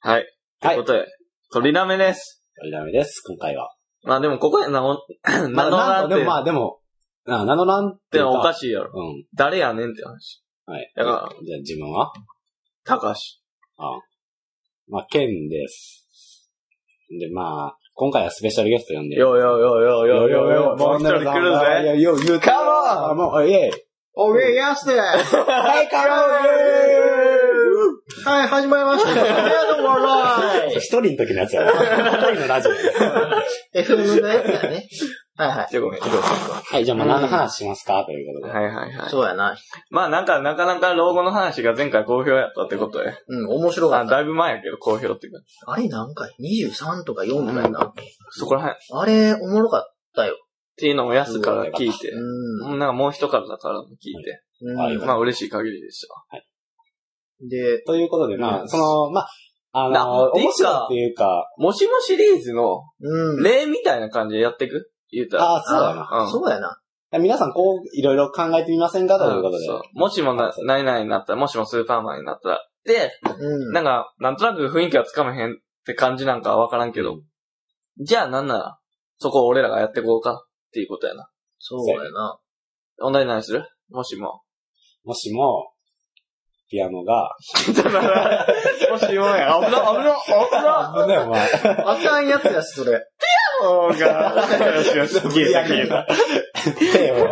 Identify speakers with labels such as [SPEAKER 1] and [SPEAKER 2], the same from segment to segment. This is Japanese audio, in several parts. [SPEAKER 1] はい。と
[SPEAKER 2] はい
[SPEAKER 1] いうことで、取りなめです。
[SPEAKER 2] 取りだめです、今回は。
[SPEAKER 1] まあでもここやな、お名
[SPEAKER 2] まあ
[SPEAKER 1] 乗らん
[SPEAKER 2] で
[SPEAKER 1] っ
[SPEAKER 2] も
[SPEAKER 1] て、
[SPEAKER 2] まあでも、な名乗らんっ
[SPEAKER 1] で
[SPEAKER 2] ていう
[SPEAKER 1] もおか
[SPEAKER 2] か。
[SPEAKER 1] しいやろ。
[SPEAKER 2] うん。
[SPEAKER 1] 誰やねんって話。
[SPEAKER 2] はい。
[SPEAKER 1] だから
[SPEAKER 2] じゃあ自分は
[SPEAKER 1] たかし。
[SPEAKER 2] まあ、ケンです。で、まあ、今回はスペシャルゲスト呼んでる。
[SPEAKER 1] よよよよよよよ、もう一人来るぜ。
[SPEAKER 2] ぜ。よ、言う
[SPEAKER 1] カモン
[SPEAKER 2] ンもう、イェイ。
[SPEAKER 3] おめえ、やすで。は
[SPEAKER 2] はい、カ
[SPEAKER 3] い、始まりました。どうも
[SPEAKER 2] モン一人の時のやつやな。一人のラジオ。
[SPEAKER 3] FM のやつだね。はいは
[SPEAKER 1] ちょごめん、ちょごめん
[SPEAKER 2] はい、じゃあまあ何の話しますかということで。
[SPEAKER 1] はいはいはい
[SPEAKER 3] い。。そうやな。
[SPEAKER 1] まあなんか、なかなか老後の話が前回好評やったってことで。
[SPEAKER 3] うん、面白か
[SPEAKER 1] あ、
[SPEAKER 3] った。
[SPEAKER 1] だいぶ前やけど好評っていうか。
[SPEAKER 3] あれ何回 ?23 とか4ぐらいな。
[SPEAKER 1] そこら辺。っ
[SPEAKER 3] あれ、おもろかったよ。
[SPEAKER 1] ていうのを安から聞いて。
[SPEAKER 3] う
[SPEAKER 1] なんかもう一方からも聞いて。
[SPEAKER 3] ん。
[SPEAKER 2] はい
[SPEAKER 1] まあ嬉しい限りでし
[SPEAKER 3] うんで、
[SPEAKER 2] ということで、ま
[SPEAKER 1] う
[SPEAKER 2] あ、
[SPEAKER 1] ん
[SPEAKER 2] その、まあ、あ
[SPEAKER 1] な
[SPEAKER 2] の、
[SPEAKER 1] ていうか
[SPEAKER 2] 面白いっていうか、
[SPEAKER 1] た。もしもシリーズの
[SPEAKER 3] うん。
[SPEAKER 1] 例みたいな感じでやっていく言うたら。
[SPEAKER 2] ああ、そうだ
[SPEAKER 1] う
[SPEAKER 2] な。
[SPEAKER 1] ん
[SPEAKER 3] そうやな。
[SPEAKER 2] 皆さんこう、いろいろ考えてみませんかということで。
[SPEAKER 1] そうもしもな、何々になったら、もしもスーパーマンになったら。で、
[SPEAKER 3] うん。
[SPEAKER 1] なんか、なんとなく雰囲気はつかめへんって感じなんかはわからんけど。じゃあなんなら、そこを俺らがやっていこうかっていうことやな。
[SPEAKER 3] そうやな。
[SPEAKER 1] お題何するもしも。
[SPEAKER 2] もしも、ピアノが、
[SPEAKER 1] もしもや。危な、危な、危な。
[SPEAKER 2] あ、ね、お前。
[SPEAKER 3] あかんやつやし、それ。
[SPEAKER 1] そうか。よしよし、消えた消えた。
[SPEAKER 2] 手を、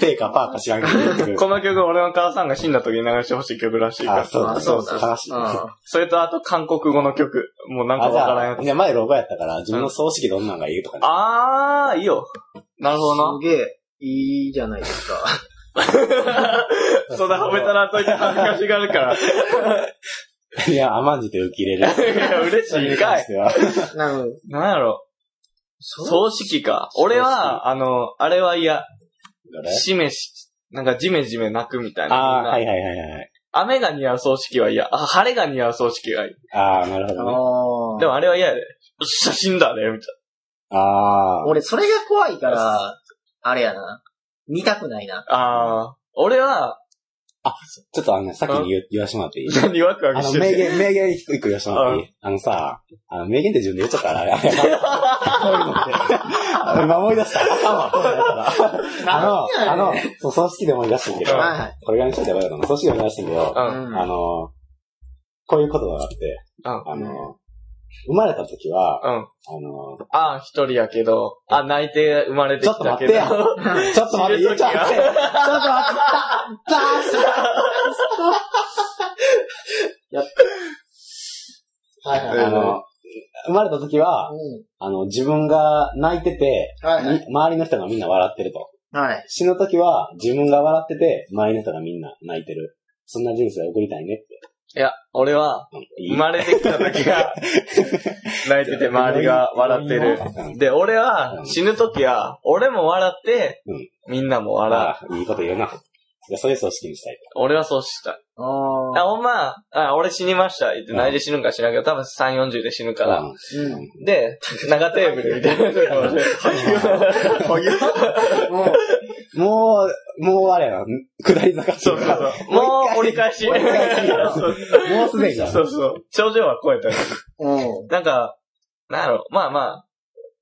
[SPEAKER 2] 手かパーか知らんけど言ってくる
[SPEAKER 1] この曲、俺の母さんが死んだ時に流してほしい曲らしいから。
[SPEAKER 2] あ、そうだ、
[SPEAKER 3] あ
[SPEAKER 2] そ
[SPEAKER 3] そうう
[SPEAKER 2] だ
[SPEAKER 3] だ、
[SPEAKER 2] 悲しい。
[SPEAKER 3] うん。
[SPEAKER 2] あ、
[SPEAKER 1] それと、あと、韓国語の曲。もうなんか
[SPEAKER 2] じ
[SPEAKER 1] わからん
[SPEAKER 2] ゃ
[SPEAKER 1] や
[SPEAKER 2] あ、
[SPEAKER 1] つ。
[SPEAKER 2] じゃあ前ロゴやったから、自分の葬式どんなんがいいとかね。
[SPEAKER 1] あー、いいよ。なるほど
[SPEAKER 3] すげえ、いいじゃないですか。
[SPEAKER 1] な。 そんな褒めたらといて恥ずかしがるから。
[SPEAKER 2] いや、甘んじて受け入れる。
[SPEAKER 1] いや、嬉し
[SPEAKER 2] それ
[SPEAKER 1] い
[SPEAKER 2] に
[SPEAKER 1] んか
[SPEAKER 2] 関し
[SPEAKER 1] い。
[SPEAKER 2] ては。
[SPEAKER 3] なる
[SPEAKER 1] なんやろ。
[SPEAKER 3] そう
[SPEAKER 1] 葬式か。俺は、あの、あれは嫌。
[SPEAKER 2] どれ
[SPEAKER 1] しめし、なんかジメジメ泣くみたいな。
[SPEAKER 2] ああ、
[SPEAKER 1] なんか
[SPEAKER 2] はいはいはいはい。
[SPEAKER 1] 雨が似合う葬式は嫌。あ、晴れが似合う葬式がいい。
[SPEAKER 2] ああ、なるほ
[SPEAKER 3] あ
[SPEAKER 2] どね。
[SPEAKER 3] ー
[SPEAKER 1] でもあれは嫌やで。よっしゃ、死んだね、みたいな。
[SPEAKER 2] ああ。
[SPEAKER 3] 俺、それが怖いから、あれやな。見たくないな。
[SPEAKER 1] ああ、俺は、
[SPEAKER 2] ちょっとあの、先に言言わしてもらっていい
[SPEAKER 1] 何ワクワ
[SPEAKER 2] あ
[SPEAKER 1] ク
[SPEAKER 2] の、
[SPEAKER 1] して
[SPEAKER 2] 名
[SPEAKER 1] る。
[SPEAKER 2] 言、名言一個言わしてもらっていいあのさ、あの、名言って自分で言っちゃったから、あ れ。あ今思い出した。あかんわこれだったらあの、あの、そう、葬式で思い出してんけど、
[SPEAKER 1] うん
[SPEAKER 3] はいはい。
[SPEAKER 2] これぐらいにしといたらよかったな。葬式で思い出してんけど、
[SPEAKER 1] う
[SPEAKER 2] あ
[SPEAKER 1] ん。
[SPEAKER 3] うん
[SPEAKER 2] の、こういうことがあって、
[SPEAKER 1] うん
[SPEAKER 2] あの、生まれた時は、
[SPEAKER 1] うん。
[SPEAKER 2] あの、
[SPEAKER 1] ああ、一人やけど、あ、泣いて生まれて
[SPEAKER 2] ちょっ
[SPEAKER 1] き
[SPEAKER 2] と
[SPEAKER 1] たけ
[SPEAKER 2] 待って
[SPEAKER 1] ど。
[SPEAKER 2] や。 ちょっと待っ
[SPEAKER 1] 死ぬ
[SPEAKER 2] て、言っ
[SPEAKER 1] 時
[SPEAKER 2] ちゃ
[SPEAKER 1] は
[SPEAKER 2] って。ちょっと待って、ダースやった。はいはい、あの、生まれた時は、
[SPEAKER 3] う
[SPEAKER 2] あの、自分が泣いてて、
[SPEAKER 3] ん。はいはい。
[SPEAKER 2] み周りの人がみんな笑ってると。
[SPEAKER 3] はい。
[SPEAKER 2] 死ぬ時は自分が笑ってて、周りの人がみんな泣いてる。そんな人生を送りたいねって。
[SPEAKER 1] いや、俺は、
[SPEAKER 2] うんいい
[SPEAKER 1] 生まれてきた時 が、泣いてて周りが笑ってる。で、俺は、死ぬ時は、俺も笑って
[SPEAKER 2] うん、
[SPEAKER 1] みんなも
[SPEAKER 2] あ
[SPEAKER 1] 笑う。
[SPEAKER 2] ら、いいこと言うな。いやそういう葬式にしたい。
[SPEAKER 1] 俺はそうした。
[SPEAKER 3] あ
[SPEAKER 1] あ、
[SPEAKER 3] あ。
[SPEAKER 1] ほんま、あ、俺死にました。言って泣いて死ぬんか死なけど、多分3、40で死ぬから。
[SPEAKER 2] うん
[SPEAKER 3] うん。
[SPEAKER 1] で、長テーブルみたいなところで。
[SPEAKER 3] もう、
[SPEAKER 2] もう、もうあれやな、下り坂
[SPEAKER 1] そうそうそう。 もう折り返し。
[SPEAKER 2] もう一回すぎやろもうすでにだ。
[SPEAKER 1] そうそう。症状は超えたよ。
[SPEAKER 3] うん。
[SPEAKER 1] なんか、なんやろ、まあまあ、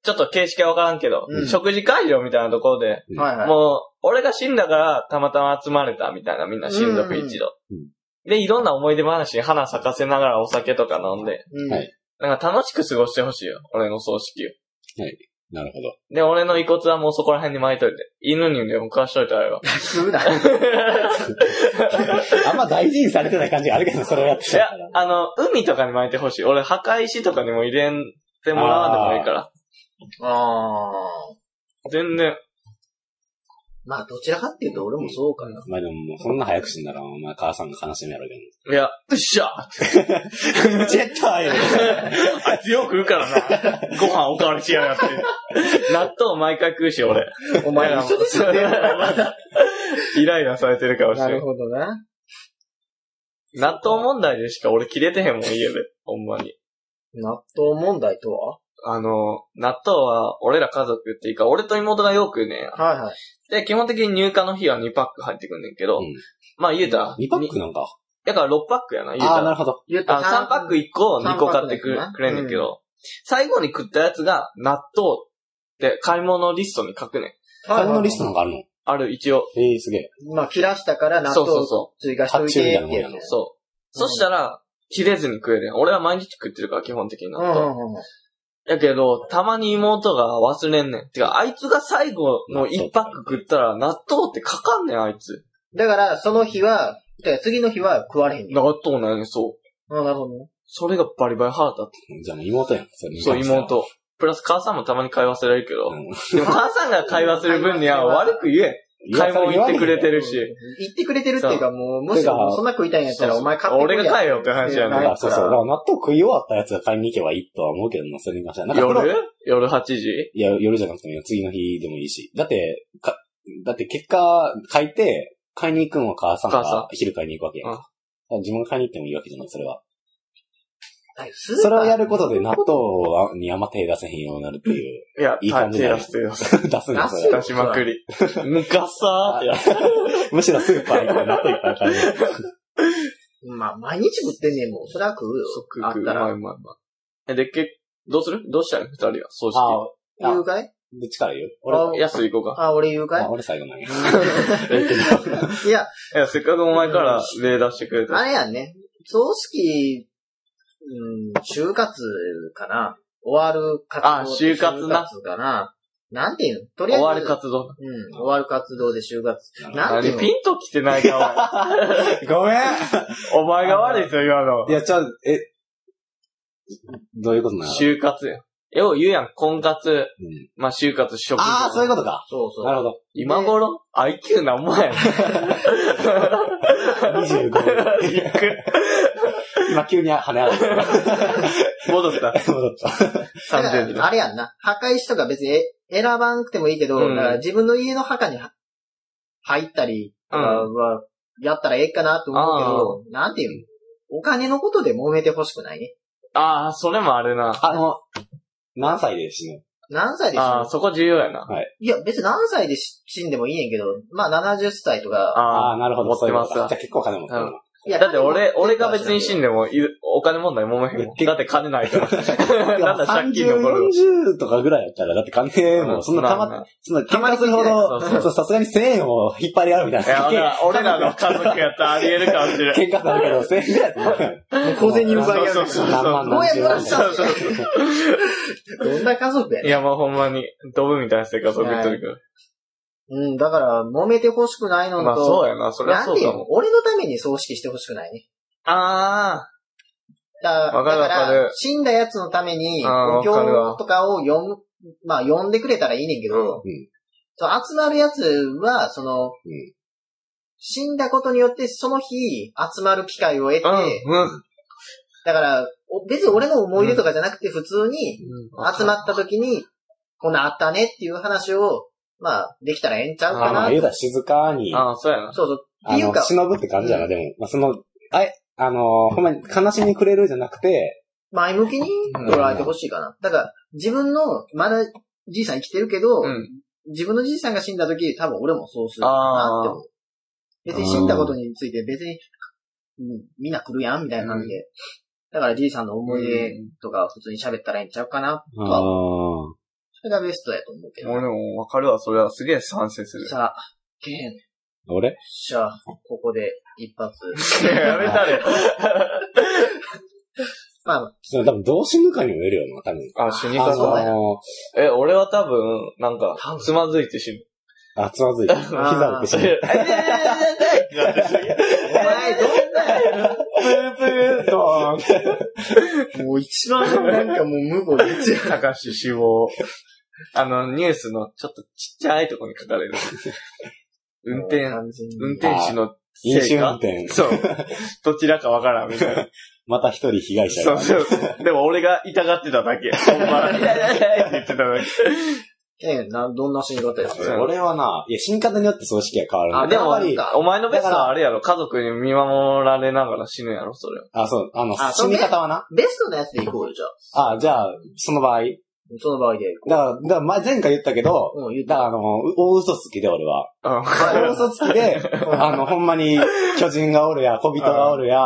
[SPEAKER 1] ちょっと形式はわからんけど、
[SPEAKER 3] うん
[SPEAKER 1] 食事会場みたいなところで、
[SPEAKER 3] はいはい。
[SPEAKER 1] もう、俺が死んだからたまたま集まれたみたいな、みんな親族一同。
[SPEAKER 2] うんうん
[SPEAKER 1] で、いろんな思い出話に花咲かせながらお酒とか飲んで、
[SPEAKER 3] うん
[SPEAKER 2] はい
[SPEAKER 1] なんか楽しく過ごしてほしいよ、俺の葬式を。
[SPEAKER 2] なるほど。
[SPEAKER 1] で、俺の遺骨はもうそこら辺に巻いといて、犬にでも食わしといたらよ。
[SPEAKER 3] 普段。
[SPEAKER 2] あんま大事にされてない感じがあるけど、 それをやって
[SPEAKER 1] い
[SPEAKER 2] しま
[SPEAKER 1] や
[SPEAKER 2] ったら。、
[SPEAKER 1] あの、海とかに巻いてほしい。俺、墓石とかにも入れてもらわんでもいいから。
[SPEAKER 3] ああ。
[SPEAKER 1] 全然。
[SPEAKER 3] まあ、どちらかっていうと俺もそうかな。
[SPEAKER 2] まあでももう、そんな早く死んだら、お前母さんが悲しみやろうけ
[SPEAKER 1] いや、うっしゃ
[SPEAKER 2] ど。ジェットアイ
[SPEAKER 1] あいつよく食うから な。ご飯おかわりしやがって。納豆毎回食うし、俺。
[SPEAKER 3] お前
[SPEAKER 1] だから
[SPEAKER 3] 嘘でしょって
[SPEAKER 1] イライラされてるかもし
[SPEAKER 3] な
[SPEAKER 1] れ
[SPEAKER 3] る
[SPEAKER 1] ん。
[SPEAKER 3] ほどな。
[SPEAKER 1] 納豆問題でしか俺切れてへんもん、 家で。ほんまに。
[SPEAKER 3] 納豆問題とは
[SPEAKER 1] あの、納豆は俺ら家族っていうか、俺と妹がよくねんや。
[SPEAKER 3] はいはい。
[SPEAKER 1] で、基本的に入荷の日は2パック入ってくんねんけど、
[SPEAKER 2] うん
[SPEAKER 1] まあ言うたら、
[SPEAKER 2] 2パックなんか。
[SPEAKER 1] だから6パックやな、言う
[SPEAKER 2] あ
[SPEAKER 1] た
[SPEAKER 2] あ、なる
[SPEAKER 1] ら。
[SPEAKER 2] ほど。
[SPEAKER 3] 言う
[SPEAKER 1] あ
[SPEAKER 3] た
[SPEAKER 1] の
[SPEAKER 3] ら
[SPEAKER 1] 3パック1個、2個買ってく
[SPEAKER 3] 三パックで
[SPEAKER 1] くれ
[SPEAKER 3] すね
[SPEAKER 1] んねんけど、最後に食ったやつが納豆って買い物リストに書くねん。
[SPEAKER 2] 買い物リストなんかあるの
[SPEAKER 1] ある、一応。
[SPEAKER 2] ええすげえ。
[SPEAKER 3] まあ、切らしたから納
[SPEAKER 1] そうそう
[SPEAKER 3] 豆
[SPEAKER 1] そ
[SPEAKER 3] 追加しといてっ
[SPEAKER 2] 発注
[SPEAKER 3] て
[SPEAKER 2] みたいなもんや
[SPEAKER 1] う。そう。そしたら、切れずに食えるやん。俺は毎日食ってるから、基本的に納
[SPEAKER 3] うん
[SPEAKER 1] 豆。
[SPEAKER 3] うんうん。
[SPEAKER 1] やけど、たまに妹が忘れんねん。てか、あいつが最後の1パック食ったら、納豆ってかかんねん、あいつ。
[SPEAKER 3] だから、その日は、てか次の日は食われへんねん。
[SPEAKER 1] 納豆なんやねん、そう。
[SPEAKER 3] うんなるほどね。
[SPEAKER 1] それがバリバリ腹立って。
[SPEAKER 2] じゃあもう妹やん。それ
[SPEAKER 1] そう、。妹。プラス母さんもたまに会話すれるけど。
[SPEAKER 2] うん
[SPEAKER 1] でも母さんが会話する分には悪く 言えん。買い物行ってくれてるし。
[SPEAKER 3] 言ってくれてるっていうか、もう、むしろ
[SPEAKER 2] てか
[SPEAKER 3] そんな食いたいんやった
[SPEAKER 1] そう
[SPEAKER 3] ら、
[SPEAKER 1] そう
[SPEAKER 3] お前買ってくれ
[SPEAKER 1] 俺が買えよって話や
[SPEAKER 2] だか
[SPEAKER 1] ねん
[SPEAKER 2] ら。そうそう。だから納豆食い終わったやつが買いに行けばいいとは思うけどな、それに関しては。なんかプロ
[SPEAKER 1] 夜夜8時
[SPEAKER 2] いや、夜じゃなくてもいいよ次の日でもいいし。だって、か、だって結果書いて、買いに行くのは母さん
[SPEAKER 1] 母さ
[SPEAKER 2] が昼買いに行くわけやんか。だから自分が買いに行ってもいいわけじゃない、それは。そ
[SPEAKER 3] そ
[SPEAKER 2] れをやることで納豆にあんま手出せへんようになるっていう。
[SPEAKER 1] い や、
[SPEAKER 2] いい感じ
[SPEAKER 1] 手
[SPEAKER 2] だよ
[SPEAKER 1] 出してくださ
[SPEAKER 2] 出すんだ、それ
[SPEAKER 1] い。出しまくり。むかさーってやる。
[SPEAKER 2] むしろスーパーに行って納豆いっぱい買うよ。
[SPEAKER 3] まあ、毎日食ってんねんもん。それは食うよ。
[SPEAKER 1] 即
[SPEAKER 3] あっ
[SPEAKER 1] 食う。う
[SPEAKER 3] た
[SPEAKER 1] まいうまい
[SPEAKER 3] ら。
[SPEAKER 1] うまい。え、で、け、どうするどうしたい二人は。そうし
[SPEAKER 2] ああ、
[SPEAKER 3] 言うかい
[SPEAKER 2] どっちから言う
[SPEAKER 3] あ
[SPEAKER 2] 俺、
[SPEAKER 1] て。安い行 こうか。
[SPEAKER 3] あ、俺言うか
[SPEAKER 2] あ
[SPEAKER 3] い
[SPEAKER 2] 俺最後なんや。
[SPEAKER 3] いや、
[SPEAKER 1] いや、せっかくお前から例出してくれた。
[SPEAKER 3] あれやんね。葬式、うん、就活かな終わる活動。
[SPEAKER 1] あ就活な
[SPEAKER 3] 就活かな。なんていうのとりあえ
[SPEAKER 1] 終
[SPEAKER 3] ず。
[SPEAKER 1] わる活動。
[SPEAKER 3] うん、終わる活動で就活。なん
[SPEAKER 1] 何
[SPEAKER 3] ていうの
[SPEAKER 1] ピンときてないか、
[SPEAKER 2] ごめ
[SPEAKER 1] お
[SPEAKER 2] ん
[SPEAKER 1] 前。お前が悪いぞ、今の
[SPEAKER 2] い。や、ちゃう、え、どういうことなの
[SPEAKER 1] 就活や。よう言うやん、婚活
[SPEAKER 2] ん、
[SPEAKER 1] まあ、就活、職
[SPEAKER 2] ああ、そういう
[SPEAKER 1] 業。
[SPEAKER 2] ことか。
[SPEAKER 3] そうそう。
[SPEAKER 2] なるほど。
[SPEAKER 1] 今頃 ?IQ なんもやねん。
[SPEAKER 2] 25。今急に跳ね上がっ
[SPEAKER 1] 戻った。
[SPEAKER 2] た。戻った。
[SPEAKER 3] だか
[SPEAKER 1] 30
[SPEAKER 3] ら
[SPEAKER 1] 秒。
[SPEAKER 3] あれやんな。墓石とか別にえ選ばんくてもいいけど、
[SPEAKER 1] うん
[SPEAKER 3] だから自分の家の墓には入ったりとかは、やったらええかなと思うけど、なんていうのお金のことで揉めてほしくないね。
[SPEAKER 1] ああ、それもあるな。
[SPEAKER 2] あの、何歳で死ぬ
[SPEAKER 3] 何歳で死
[SPEAKER 1] ああ、
[SPEAKER 3] ぬ
[SPEAKER 1] そこ重要やな。
[SPEAKER 3] いや、別に何歳で死死んでもいいねんけど、まあ70歳とか。
[SPEAKER 1] あ
[SPEAKER 2] あ
[SPEAKER 1] あ。
[SPEAKER 2] あー、なるほど。
[SPEAKER 1] 持ってます
[SPEAKER 2] そういうことかじゃあ結構金持ってるな。
[SPEAKER 3] いや
[SPEAKER 1] だって俺、俺が別に
[SPEAKER 3] 死
[SPEAKER 1] 死んでもいる、お金問題揉めへんもん。だって金ないから。 なんだ借金残るわ。
[SPEAKER 2] 30、40とかぐらいやったら、だって金も、そんなたま、
[SPEAKER 1] ま
[SPEAKER 2] そんなたまにするほ
[SPEAKER 1] そうそう
[SPEAKER 2] ど、そうさすがに1000円を引っ張り合うみたい
[SPEAKER 1] いや、だ
[SPEAKER 2] な。
[SPEAKER 1] から俺らの家族やったらありえるかもしれん。
[SPEAKER 2] 喧嘩になるけど、1000円ぐらいやったら
[SPEAKER 3] 小銭奪い合う。
[SPEAKER 1] そうそうそう
[SPEAKER 2] 何万何十万。
[SPEAKER 1] そうそうそう
[SPEAKER 3] どんな家族や
[SPEAKER 1] い
[SPEAKER 3] ねん
[SPEAKER 1] や、もうほんまに、ドブみたいな生活送ってるか
[SPEAKER 3] うん、だから、揉めてほしくないの
[SPEAKER 1] ら。
[SPEAKER 3] と、
[SPEAKER 1] まあそうやな、それは
[SPEAKER 3] な
[SPEAKER 1] そ
[SPEAKER 3] んて
[SPEAKER 1] う
[SPEAKER 3] いう
[SPEAKER 1] か
[SPEAKER 3] の
[SPEAKER 1] も。
[SPEAKER 3] 俺のために葬式してほしくないね。
[SPEAKER 1] あ
[SPEAKER 3] だ
[SPEAKER 1] わかる
[SPEAKER 3] だ
[SPEAKER 1] わ
[SPEAKER 3] か
[SPEAKER 1] かる
[SPEAKER 3] ら、死んだやつのために、
[SPEAKER 1] あー
[SPEAKER 3] お経
[SPEAKER 1] わかるわ
[SPEAKER 3] とかを読む、まあ読んでくれたらいいねんけど、
[SPEAKER 2] うん
[SPEAKER 3] その集まるやつは、その、
[SPEAKER 2] うん
[SPEAKER 3] 死んだことによってその日集まる機会を得て、
[SPEAKER 1] あ、うん、うん。
[SPEAKER 3] だから、お別に俺の思い出とかじゃなくて普通に集
[SPEAKER 1] っ
[SPEAKER 3] まった時に、こんなんあったねっていう話を、まあ、できたらええんちゃう
[SPEAKER 2] ま
[SPEAKER 3] か
[SPEAKER 2] あま
[SPEAKER 3] な
[SPEAKER 2] あ、。言うたら静かに、あ
[SPEAKER 1] ああ、そうやな。
[SPEAKER 3] そうそう。っていう
[SPEAKER 2] の、
[SPEAKER 3] か、
[SPEAKER 2] 忍ぶって感じやな、でも。まあ、その、あい、あの、ほんまに悲しみにくれるじゃなくて、
[SPEAKER 3] 前向きに捉えてほしいかな。だから、自分の、まだ、じいさん生きてるけど、
[SPEAKER 1] うん。
[SPEAKER 3] 自分のじいさんが死んだ時、多分俺もそうする
[SPEAKER 1] あー
[SPEAKER 3] なって思う。別に死んだことについて別に、うんみんな来るやんみたいな感じで。だからじいさんの思い出とか普通に喋ったらええんちゃうかなと
[SPEAKER 2] あ
[SPEAKER 3] は、
[SPEAKER 2] ー
[SPEAKER 3] それがベストやと思うけど。
[SPEAKER 1] 俺もわかるわ、それはすげえ賛成する。
[SPEAKER 3] さあ、現
[SPEAKER 2] 俺
[SPEAKER 3] 社、ここで一発。
[SPEAKER 1] やめたれ。
[SPEAKER 3] まあ、
[SPEAKER 2] それ多分どう死ぬかにもよるよな、多分。
[SPEAKER 1] あ、死に
[SPEAKER 2] あ
[SPEAKER 1] 方
[SPEAKER 3] そう
[SPEAKER 1] は。
[SPEAKER 3] や
[SPEAKER 2] の
[SPEAKER 1] え、俺は多分、なんか
[SPEAKER 3] 多、分
[SPEAKER 1] つまずいて死ぬ。
[SPEAKER 2] あ、つまずい。膝打って死ぬ。
[SPEAKER 1] え
[SPEAKER 3] お前どんな
[SPEAKER 2] プープードーン。
[SPEAKER 3] もう一番なんかもう無語で強い。
[SPEAKER 1] 高橋志望。あの、ニュースのちょっとちっちゃいとこに書 かれる。運転、
[SPEAKER 3] 完全に
[SPEAKER 1] 運転手の
[SPEAKER 2] 飲
[SPEAKER 1] せい
[SPEAKER 2] 酒運
[SPEAKER 1] か
[SPEAKER 2] 転。
[SPEAKER 1] そう。どちらかわからんみたいな。
[SPEAKER 2] また一人被害者
[SPEAKER 1] そう
[SPEAKER 2] が。
[SPEAKER 1] そう。でも俺が痛がってただ け。ほんま。いやいやいやいやって言ってただけ。
[SPEAKER 3] ええ、な、どんな死に方や
[SPEAKER 1] そう
[SPEAKER 2] 俺はな、いや、死に方によって葬式が変わるんだ
[SPEAKER 3] あ
[SPEAKER 1] で
[SPEAKER 3] やっぱり
[SPEAKER 1] も、お前のベストはあれやろ。家族に見守られながら死ぬやろ、それは。
[SPEAKER 2] あ、そう、あの、
[SPEAKER 3] あ
[SPEAKER 2] 死に方はな。
[SPEAKER 3] ベストのやつでいこうよ、じゃあ。
[SPEAKER 2] あ、じゃあ、その場合、
[SPEAKER 3] その場合で行こう。
[SPEAKER 2] だから、だから前前回言ったけど、
[SPEAKER 3] うん、言っ
[SPEAKER 2] だ
[SPEAKER 3] た。
[SPEAKER 2] からあの、う大嘘つきで俺は。大
[SPEAKER 1] う
[SPEAKER 2] 嘘つきで、あの、ほんまに巨人がおるや、小人がおるや、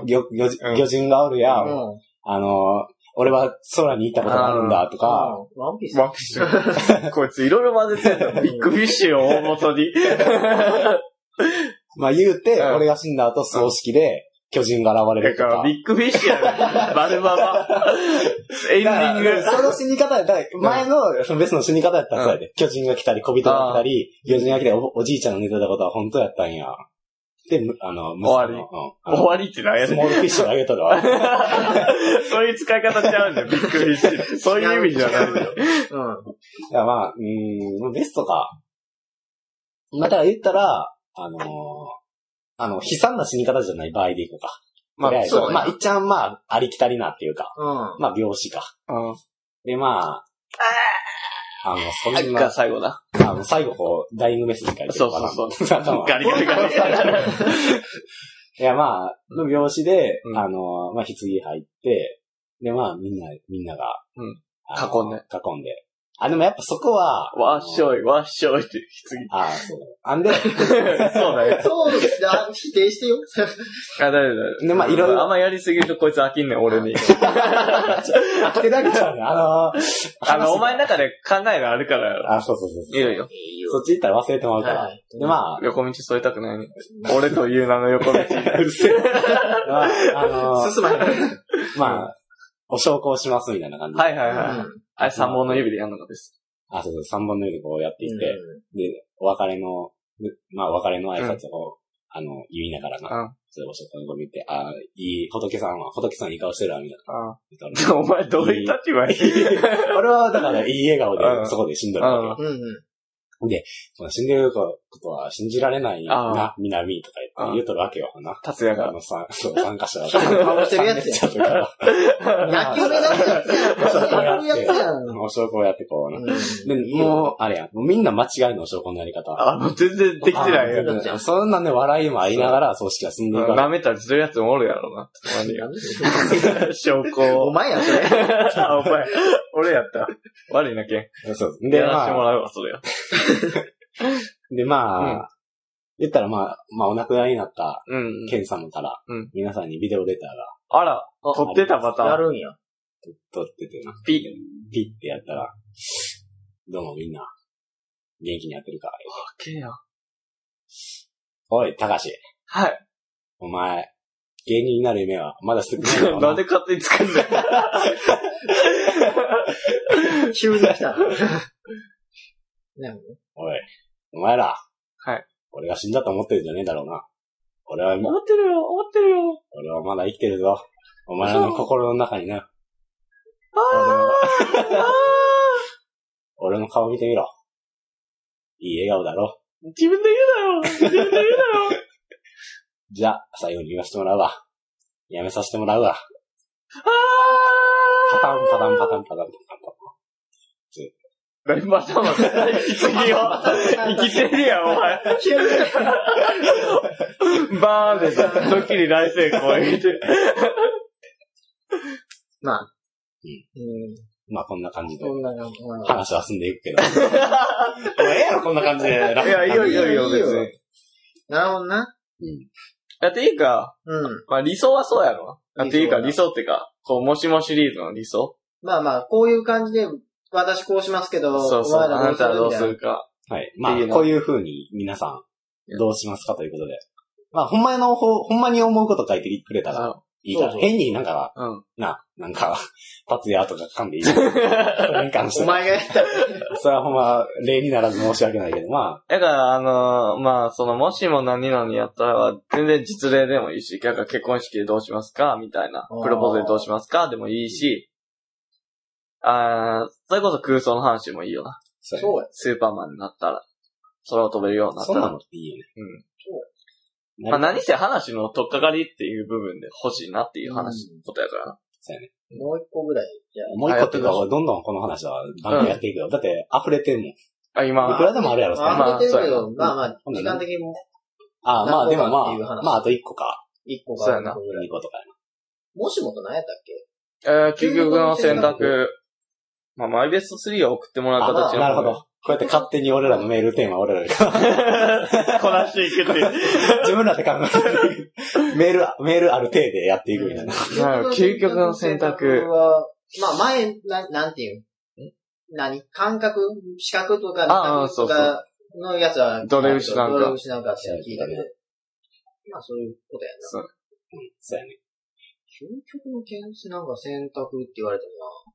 [SPEAKER 3] う
[SPEAKER 2] 魚魚
[SPEAKER 1] うん
[SPEAKER 2] 魚人がおるや、
[SPEAKER 3] うん。うん
[SPEAKER 2] あの、俺は空に行ったことがあるんだとか、
[SPEAKER 3] ワンピース
[SPEAKER 1] ん。ワンピッシュ。こいついろいろ混ぜてん の。ビッグフィッシュを大元に。
[SPEAKER 2] まあ言うて、
[SPEAKER 1] うん
[SPEAKER 2] 俺が死んだ後葬式で巨人が現れ
[SPEAKER 1] だ
[SPEAKER 2] ると
[SPEAKER 1] か
[SPEAKER 2] か。
[SPEAKER 1] ら、ビッグフィッシュやねバルババ。エンデ
[SPEAKER 2] だから
[SPEAKER 1] ィング。
[SPEAKER 2] その死に方やったら、前の、その別の死に方やったらそうやで。巨人が来たり、小人が来たり、魚人が来たり、おおじいちゃんの寝てたことは本当やったんや。で、むあの、息子の
[SPEAKER 1] 終わり
[SPEAKER 2] うんあ
[SPEAKER 1] 終
[SPEAKER 2] の
[SPEAKER 1] わりってなんや
[SPEAKER 2] ス
[SPEAKER 1] ねん
[SPEAKER 2] モールフィッシュをあげたら、
[SPEAKER 1] そういう使い方ちゃうんだよ、ビッグフィッシュ。そういう意味じゃないんだよ。
[SPEAKER 3] うん。
[SPEAKER 2] いや、まあ、うーん、ベストか。まあ、だから言ったら、あのーあの、悲惨な死に方じゃない場合でいこうか。
[SPEAKER 1] ま
[SPEAKER 2] とりあ
[SPEAKER 1] あ、
[SPEAKER 2] えず
[SPEAKER 1] そうね
[SPEAKER 2] まあ、いっちゃん、まあ、ありきたりなっていうか、
[SPEAKER 3] うん。
[SPEAKER 2] まあ、病死か。
[SPEAKER 1] うん。
[SPEAKER 2] で、まあ、あの、そ
[SPEAKER 1] あ
[SPEAKER 2] ん
[SPEAKER 1] いか、
[SPEAKER 2] な、
[SPEAKER 1] 最後な。
[SPEAKER 2] あの、最後こう、ダイイングメッセージ書いて
[SPEAKER 1] そ
[SPEAKER 2] る
[SPEAKER 1] う
[SPEAKER 2] かな。
[SPEAKER 1] そう
[SPEAKER 2] そう
[SPEAKER 1] ガリガリガリ。
[SPEAKER 2] いや、まあ、の病死で、
[SPEAKER 1] うん
[SPEAKER 2] あの、まあ、棺入って、で、まあ、みんな、みんなが、
[SPEAKER 1] うん
[SPEAKER 2] あの
[SPEAKER 1] 囲んで。
[SPEAKER 2] 囲んで。あ、でもやっぱそこは、
[SPEAKER 1] わっしょい、わっしょいって、
[SPEAKER 2] あそう。あんで、
[SPEAKER 1] きつぎ。 そうだよ。
[SPEAKER 3] そうだ、否定してよ。
[SPEAKER 1] あ、だよだよ。
[SPEAKER 2] でまあいろいろ
[SPEAKER 1] あんまやりすぎるとこいつ飽きんねん、俺に。
[SPEAKER 2] 飽きてるわけじゃん。あの ー、
[SPEAKER 1] あの、
[SPEAKER 2] 話
[SPEAKER 1] お前の中で考えがあるからやろ。
[SPEAKER 2] あ、そうそうそうそう。
[SPEAKER 1] いるよ。
[SPEAKER 3] いい
[SPEAKER 2] そっち行ったら忘れてもらうから。
[SPEAKER 3] はい
[SPEAKER 2] で、まあ、
[SPEAKER 1] 横道添えたくないね。 俺という名の横道。
[SPEAKER 2] まあ、あのー、
[SPEAKER 3] 進まへん。うん。
[SPEAKER 2] まあ、お証拠をしますみたいな感じで。
[SPEAKER 1] はいはいはい。あれ三本の指でやんのかです。
[SPEAKER 2] あ、そうそう、三本の指でこうやっていって、で、お別れの、まあ、お別れの挨拶を、あの、言いながら
[SPEAKER 1] う
[SPEAKER 2] な、それをお証拠のゴミって、あ、いい、仏さんは、仏さんいい顔してるわ、みたいな
[SPEAKER 1] あ
[SPEAKER 2] 言ったの。
[SPEAKER 1] あ。お前どういう立場に
[SPEAKER 2] 俺は、だから、いい笑顔
[SPEAKER 1] う
[SPEAKER 2] で、
[SPEAKER 1] ん
[SPEAKER 2] そこで死んどるわけよ
[SPEAKER 1] あ
[SPEAKER 3] うん。うん。
[SPEAKER 2] その死んでることは信じられないな
[SPEAKER 1] あ、
[SPEAKER 2] 南とか言っ
[SPEAKER 1] あ
[SPEAKER 2] て言うとるわけよな。
[SPEAKER 1] あ。達也
[SPEAKER 2] あ
[SPEAKER 1] が。
[SPEAKER 2] の、さそう参加者だ
[SPEAKER 3] 顔してるやつや
[SPEAKER 2] 参加者とか
[SPEAKER 3] 野球目だけやつやん。野球やつやん。
[SPEAKER 2] お証拠をやってこうな。で、
[SPEAKER 3] うん
[SPEAKER 2] もう、あれや、もうみんな間違いのお証拠のやり方。
[SPEAKER 1] あ、もう全然できてないや
[SPEAKER 3] あ
[SPEAKER 1] ん。
[SPEAKER 3] 全然
[SPEAKER 2] うんそんなんね、笑いもありながら、葬式は進んでいくわ
[SPEAKER 1] 舐めたりするやつもおるやろな。たまには 証拠
[SPEAKER 3] お
[SPEAKER 1] を。
[SPEAKER 3] 前や、それ。
[SPEAKER 1] あ、お前、俺やった。悪いな、けん。
[SPEAKER 2] け。そう。
[SPEAKER 1] で、
[SPEAKER 2] で、
[SPEAKER 1] やらしても
[SPEAKER 2] まあ、
[SPEAKER 1] らうわ、それは。
[SPEAKER 2] で、まあ、言ったらまあ、まあ、お亡くなりになった、
[SPEAKER 1] うん。
[SPEAKER 2] ケン様から
[SPEAKER 1] うん、
[SPEAKER 2] 皆さんにビデオレターが
[SPEAKER 1] あら、撮ってたパタ
[SPEAKER 3] や
[SPEAKER 1] ーン。
[SPEAKER 3] るんや。
[SPEAKER 2] 撮っててな、
[SPEAKER 1] ピ
[SPEAKER 2] ピッてやったら、どうもみんな、元気にやってるか。
[SPEAKER 1] ッケや。
[SPEAKER 2] おい、高志、
[SPEAKER 1] はい。
[SPEAKER 2] お前、芸人になる夢は、まだすぐないのか
[SPEAKER 1] なんで勝手に作んだよ。
[SPEAKER 3] 急に来た。
[SPEAKER 2] おい、お前ら。
[SPEAKER 1] はい。
[SPEAKER 2] 俺が死んだと思ってるんじゃねえだろうな。俺は、
[SPEAKER 1] 思ってるよ、思ってるよ。
[SPEAKER 2] 俺はまだ生きてるぞ。お前らの心の中にな。俺を俺の顔見てみろ。いい笑顔だろ。
[SPEAKER 1] 自分で言うなよ。自分で言うなよ。
[SPEAKER 2] じゃあ、最後に言わせてもらうわ。やめさせてもらうわ。パタンパタンパタンパタンパタン
[SPEAKER 1] 何またまた、行き過ぎよ。生きてるやん、お前。
[SPEAKER 3] 急に来た。
[SPEAKER 1] バーンでさ、ドッキリ大成功言うて。
[SPEAKER 3] まあ。
[SPEAKER 2] う
[SPEAKER 3] うん。
[SPEAKER 2] まあこんな感じで
[SPEAKER 3] そんなの、うん
[SPEAKER 2] 話は進んでいくけど。もうええやろ、こんな感じで。
[SPEAKER 1] いや、いいよいいよいいよ、別
[SPEAKER 3] いいよ
[SPEAKER 1] に。
[SPEAKER 3] なるほどな。
[SPEAKER 1] だっていうか、
[SPEAKER 3] うん。
[SPEAKER 1] まあ理想はそうやろ。だっていうか、理
[SPEAKER 3] 理
[SPEAKER 1] 想っていうか、こう、もしもシリーズの理想
[SPEAKER 3] まあまあ、こういう感じで、私こうしますけど、
[SPEAKER 1] そうそう、
[SPEAKER 3] お
[SPEAKER 1] あ
[SPEAKER 3] 前ら
[SPEAKER 1] なたはどうす
[SPEAKER 3] み
[SPEAKER 1] るか。
[SPEAKER 2] はい。
[SPEAKER 1] っ
[SPEAKER 2] まあ
[SPEAKER 1] ていう、の
[SPEAKER 2] こういう風に皆さん、どうしますかということで。まあ、ほんまの方、ほんまに思うこと書いてくれたらいいから、
[SPEAKER 3] そうそう
[SPEAKER 2] 変になんか、
[SPEAKER 1] うん。
[SPEAKER 2] な、なんか、達也とか噛んでいい じゃん。それに関した
[SPEAKER 3] いなお
[SPEAKER 2] て。
[SPEAKER 3] 前がやったら。
[SPEAKER 2] それはほんま、例にならず申し訳ないけど、ま
[SPEAKER 1] だから、あのーまあ、その、もしも何々やったらは、全然実例でもいいし、だから結婚式でどうしますかみたいな
[SPEAKER 3] あー。
[SPEAKER 1] プロポーズでどうしますかでもいいし、あーそれこそ空想の話もいいよな。
[SPEAKER 2] あ、
[SPEAKER 3] そうや。
[SPEAKER 1] スーパーマンになったら、空を飛べるようになっ
[SPEAKER 2] そ
[SPEAKER 1] た
[SPEAKER 2] んな
[SPEAKER 1] ら
[SPEAKER 2] の。いいよね。うん。
[SPEAKER 1] まあ、何せ話の取っかかりっていう部分で欲しいなっていう話、
[SPEAKER 3] うん
[SPEAKER 1] ことやからな。
[SPEAKER 3] もう一個ぐらい。じゃあ
[SPEAKER 2] もう一個っていうか、どんどんこの話は、バンバンやっていくよ。だって、溢れてんもん。い
[SPEAKER 1] あ、今、
[SPEAKER 2] くらでもあるやろ、そんな
[SPEAKER 1] まあ
[SPEAKER 3] あ、出てるけ
[SPEAKER 1] そうや
[SPEAKER 3] ど、まあまあ、
[SPEAKER 2] ほんな
[SPEAKER 3] 時
[SPEAKER 2] ら
[SPEAKER 3] 間
[SPEAKER 2] ね
[SPEAKER 3] 的にも
[SPEAKER 2] ああ、まあ、でもま
[SPEAKER 3] 何個かっていう
[SPEAKER 2] あ、
[SPEAKER 3] 話
[SPEAKER 2] まあ、あと一個か。
[SPEAKER 3] 一個が。
[SPEAKER 1] そうやな
[SPEAKER 2] 二個とかや
[SPEAKER 3] もしもと何やったっ
[SPEAKER 1] え
[SPEAKER 3] け
[SPEAKER 1] ー究極の選択。まあ、マイベスト3を送ってもらう
[SPEAKER 2] あ
[SPEAKER 1] 形の。
[SPEAKER 2] なるほど。。こうやって勝手に俺らのメールテーマ、俺らで考
[SPEAKER 1] こなしていくっていう。
[SPEAKER 2] えて自分らで考えて、メール、メールある体でやっていくみたいな。
[SPEAKER 1] なるほど究極の選択
[SPEAKER 3] は、まあ前、ななんていうん何感覚視覚とか、
[SPEAKER 1] ああ
[SPEAKER 3] とかのやつは、
[SPEAKER 1] どれ失うか
[SPEAKER 3] どれ失うかって聞いたけど。まあそういうことやな。
[SPEAKER 2] そうやね。
[SPEAKER 3] 究極の検出なんか選択って言われても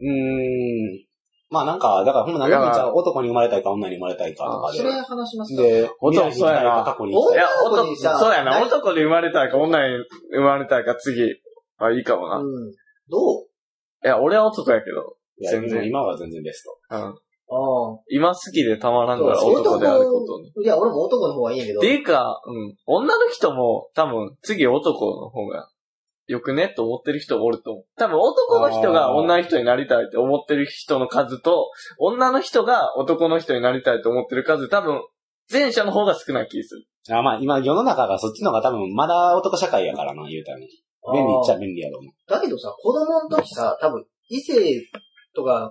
[SPEAKER 2] うーん。まあなんか、だからほんま何でもいいんちゃう男に生まれたいか女に生まれたいかと
[SPEAKER 3] な。
[SPEAKER 2] か
[SPEAKER 3] それ話しますか
[SPEAKER 2] で。で、未
[SPEAKER 1] 男
[SPEAKER 2] 来に行きたい
[SPEAKER 1] そうや
[SPEAKER 2] か
[SPEAKER 1] な
[SPEAKER 2] 過去に行き
[SPEAKER 1] い
[SPEAKER 2] たい
[SPEAKER 1] や
[SPEAKER 2] か。、
[SPEAKER 3] 男
[SPEAKER 1] 男
[SPEAKER 3] にさ、
[SPEAKER 1] そうやな。
[SPEAKER 3] ない
[SPEAKER 1] 男で生まれたいか、女に生まれたいか、次。あ、いいかもな。い
[SPEAKER 3] うん。どう
[SPEAKER 1] や、俺は男やけど。
[SPEAKER 2] いや、
[SPEAKER 1] 全然
[SPEAKER 2] でも今は全然ベスト。
[SPEAKER 1] うん。
[SPEAKER 3] あ
[SPEAKER 1] 今好きでたまらんから
[SPEAKER 3] そう
[SPEAKER 1] 男であることに。
[SPEAKER 3] あ。いや、俺も男の方がいいんやけど。
[SPEAKER 1] っていうか、うん。女の人も、多分、次男の方が、よくねと思ってる人もおると思う。多分、男の人
[SPEAKER 2] あ
[SPEAKER 1] が
[SPEAKER 2] ー
[SPEAKER 1] 女の人になりたいって思ってる人の数と、女の人が男の人になりたいと思ってる数、多分、前者の方が少ない気がする。
[SPEAKER 2] あまあ今世の中がそっちの方が多分まだ男社会やからな、言うたらね。
[SPEAKER 3] あー
[SPEAKER 2] 便利っちゃ便利やろうな。
[SPEAKER 3] だけどさ、子供の時さ、多分、異性とか、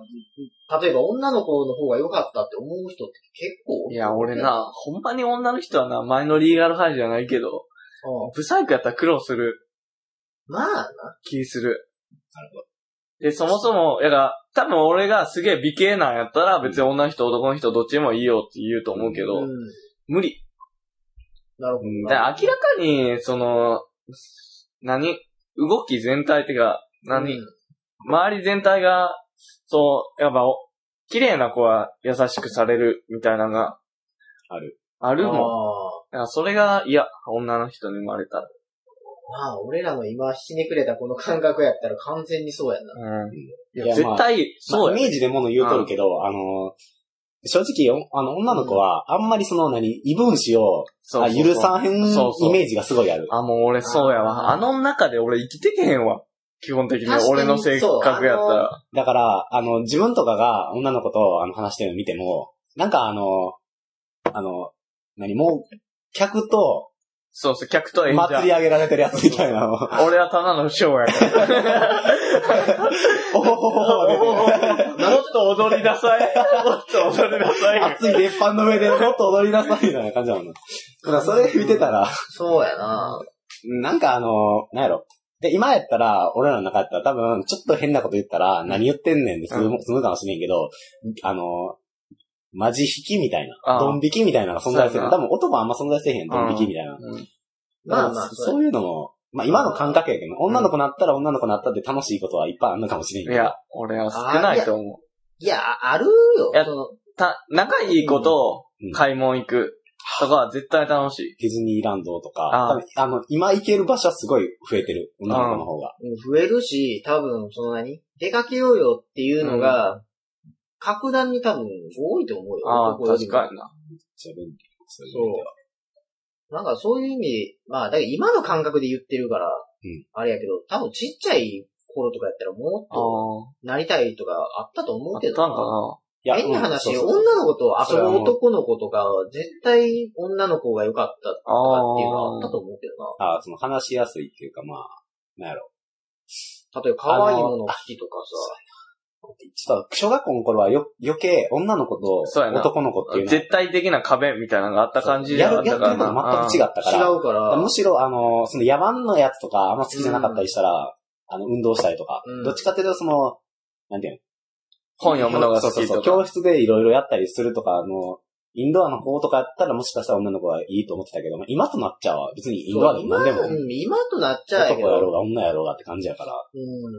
[SPEAKER 3] 例えば女の子の方が良かったって思う人って結構。
[SPEAKER 1] いや、俺。な、ほんまに女の人はな、前のリーガルハイじゃないけど、
[SPEAKER 3] うん。
[SPEAKER 1] ブサイクやったら苦労する
[SPEAKER 3] まあな、
[SPEAKER 1] 気する。で、そもそも、やら、多分俺がすげえ美形なんやったら、別に女の人、男の人、どっちでもいいよって言うと思うけど、
[SPEAKER 3] うん。
[SPEAKER 1] 無理。
[SPEAKER 3] なるほど
[SPEAKER 1] だ
[SPEAKER 3] な。
[SPEAKER 1] から明らかに、その、何動き全体ってか、何、
[SPEAKER 3] うん
[SPEAKER 1] 周り全体が、そう、やっぱ、お綺麗な子は優しくされるみたいなのが、
[SPEAKER 2] ある。
[SPEAKER 1] あるもん。
[SPEAKER 3] あ
[SPEAKER 1] だからそれが、いや、女の人に生まれたら。
[SPEAKER 3] あまあ、俺らの今、ひねくれたこの感覚やったら完全にそうやんな。
[SPEAKER 1] うん。
[SPEAKER 2] いやま
[SPEAKER 1] 絶
[SPEAKER 2] あ
[SPEAKER 1] 対、
[SPEAKER 2] そ、
[SPEAKER 1] そうう
[SPEAKER 2] イ
[SPEAKER 1] や。
[SPEAKER 2] メージでもの言うとるけど、あの、正直、おあの、女の子は、あんまりその、何、異分子を、
[SPEAKER 1] そうそうそう
[SPEAKER 2] あ許さへん
[SPEAKER 1] そうそう
[SPEAKER 2] イメージがすごいある。
[SPEAKER 1] あ、もう俺そうやわ。
[SPEAKER 3] あー
[SPEAKER 1] あの中で俺生きてけへんわ。基本的に
[SPEAKER 3] 確かに
[SPEAKER 1] 俺の性格やったら。
[SPEAKER 2] だから、あの、自分とかが女の子と、あの、話してるの見ても、なんかあの、あの、何、もう、客と、
[SPEAKER 1] そうそう、客と演者
[SPEAKER 2] 祭。り上げられてるやつみたいなの。
[SPEAKER 1] 俺はただのショーやから。
[SPEAKER 2] おほほほほ
[SPEAKER 1] もっと踊りなさい。もっと踊りなさい。
[SPEAKER 2] 熱い鉄板の上でもっと踊りなさいみたいな感じなの。だからそれ見てたら、
[SPEAKER 3] そうやな。
[SPEAKER 2] なんかあの、なんやろ。で、今やったら、俺らの中やったら多分、ちょっと変なこと言ったら、何言ってんねんで済む、済むかもしれんけど、あの、マジ引きみたい
[SPEAKER 1] あ
[SPEAKER 2] な、
[SPEAKER 1] あ
[SPEAKER 2] ドン引きみたいなのが存在す
[SPEAKER 1] そう
[SPEAKER 2] る。
[SPEAKER 1] や
[SPEAKER 2] 多
[SPEAKER 1] な
[SPEAKER 2] 分男はあんま存在せえへん、ドン引きみたいな。
[SPEAKER 1] うん
[SPEAKER 3] まあ
[SPEAKER 2] だ
[SPEAKER 3] ま
[SPEAKER 2] か
[SPEAKER 3] あ
[SPEAKER 2] ら、そういうのも、まあ今の感覚やけど、女の子なったら女の子なったって楽しいことはいっぱいあるのかもしれん
[SPEAKER 1] い
[SPEAKER 2] けど。
[SPEAKER 1] や、俺は少ないと思う。
[SPEAKER 3] いや、ああるよ。
[SPEAKER 1] いや
[SPEAKER 3] その
[SPEAKER 1] た、仲いい子と
[SPEAKER 2] うん
[SPEAKER 1] 買い物行くとかは絶対楽しい。
[SPEAKER 2] ディズニーランドとか、
[SPEAKER 1] ああ
[SPEAKER 2] 多分あの、今行ける場所はすごい増えてる、女の子の方が。
[SPEAKER 3] うん増えるし、多分、その何出かけようよっていうのが、格段に多分多いと思うよ。
[SPEAKER 1] ああ、
[SPEAKER 3] 男より
[SPEAKER 1] 確
[SPEAKER 3] も
[SPEAKER 1] かにな。
[SPEAKER 2] そういう面でそういう
[SPEAKER 3] そう
[SPEAKER 2] 面では。
[SPEAKER 3] なんかそういう意味、まあ、だから今の感覚で言ってるから、
[SPEAKER 2] ん
[SPEAKER 3] あれやけど、多分ちっちゃい頃とかやったらもっ
[SPEAKER 1] ああ
[SPEAKER 3] となりたいとかあったと思
[SPEAKER 1] ー、あっ
[SPEAKER 3] うけど
[SPEAKER 1] たん
[SPEAKER 3] な。
[SPEAKER 1] か
[SPEAKER 2] いや
[SPEAKER 3] 変な話、
[SPEAKER 2] うんそうそうそう
[SPEAKER 3] 女の子と遊
[SPEAKER 2] それは
[SPEAKER 3] ぶ
[SPEAKER 2] もう
[SPEAKER 3] 男の子とか、絶対女の子が良かったとか
[SPEAKER 1] な
[SPEAKER 3] っていうのはあった
[SPEAKER 1] ああ。
[SPEAKER 3] と思うけどな。
[SPEAKER 2] あその話しやすいっていうか、まあ、なんやろ。
[SPEAKER 3] 例えば可愛いもの好きとか
[SPEAKER 2] ちょっと、小学校の頃はよ、余計女の子と
[SPEAKER 1] そうやな
[SPEAKER 2] 男の子っていうのは
[SPEAKER 1] 絶対的な壁みたいなのがあった感じで
[SPEAKER 2] や
[SPEAKER 1] はあっ
[SPEAKER 2] る、や
[SPEAKER 1] た
[SPEAKER 2] って
[SPEAKER 1] から
[SPEAKER 2] るこ
[SPEAKER 1] な。
[SPEAKER 2] と全く違った
[SPEAKER 3] さ、
[SPEAKER 2] から。
[SPEAKER 3] 違うから、
[SPEAKER 2] むしろ、あの、その野蛮のやつとか、あんま好きじゃなかったりしたら、あの、運動したりとか、
[SPEAKER 3] うん
[SPEAKER 2] どっちかっていうと、その、なんていうの
[SPEAKER 1] 本読むのが好
[SPEAKER 2] そう
[SPEAKER 1] き
[SPEAKER 2] そうそ
[SPEAKER 1] と
[SPEAKER 2] う
[SPEAKER 1] か。
[SPEAKER 2] 教室でいろいろやったりするとか、あの、インドアの方とかやったらもしかしたら女の子はいいと思ってたけど、まあ、今となっちゃは別にインドアでも何でも、
[SPEAKER 3] そう今うん今となっちゃうけ
[SPEAKER 2] 男やろ
[SPEAKER 3] ど、
[SPEAKER 2] うが女やろうがって感じやから、
[SPEAKER 3] うん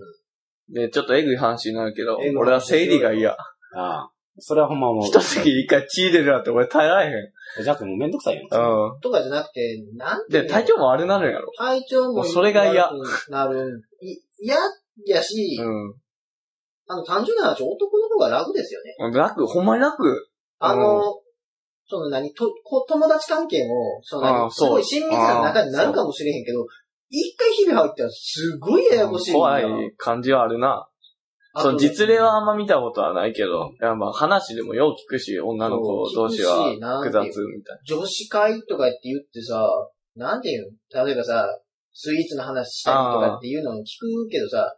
[SPEAKER 1] で、ちょっとエグい話になるけど
[SPEAKER 3] エグい、話
[SPEAKER 1] 俺は生理が嫌。
[SPEAKER 2] ああそれはほんまもう、
[SPEAKER 1] 一月一回血出るなんて俺耐えられへん。
[SPEAKER 2] じゃなくてもうめんどくさいやん。
[SPEAKER 1] う
[SPEAKER 3] とかじゃなくて、なん
[SPEAKER 1] ん。
[SPEAKER 3] て
[SPEAKER 1] で、
[SPEAKER 3] いうの
[SPEAKER 1] 体調もあれなるんやろ。
[SPEAKER 3] 体調も
[SPEAKER 1] もうそれが嫌
[SPEAKER 3] 悪くなる。い嫌やし、
[SPEAKER 1] うん。
[SPEAKER 3] あの、単純な話、男の方が楽ですよね。
[SPEAKER 1] 楽、ほんまに楽。
[SPEAKER 3] あの、その何、と、こ友達関係も、その
[SPEAKER 1] ああ
[SPEAKER 3] 何、す
[SPEAKER 1] そ
[SPEAKER 3] ご
[SPEAKER 1] う
[SPEAKER 3] い親密な中になるかもしれへんけど、一回日々入ったらすごいややこしいんだよ。
[SPEAKER 1] 怖い感じはあるな。
[SPEAKER 3] あ
[SPEAKER 1] そ
[SPEAKER 3] と
[SPEAKER 1] の
[SPEAKER 3] ね
[SPEAKER 1] 実例はあんま見たことはないけど、いやまあ話でもよう聞くし、女の子同士は
[SPEAKER 3] そう聞くしなんて
[SPEAKER 1] 複
[SPEAKER 3] いう
[SPEAKER 1] 雑みたい
[SPEAKER 3] 女子会とかって言ってさ、なんていうの例えばさ、スイーツの話したりとかっていうのを聞くけどさ、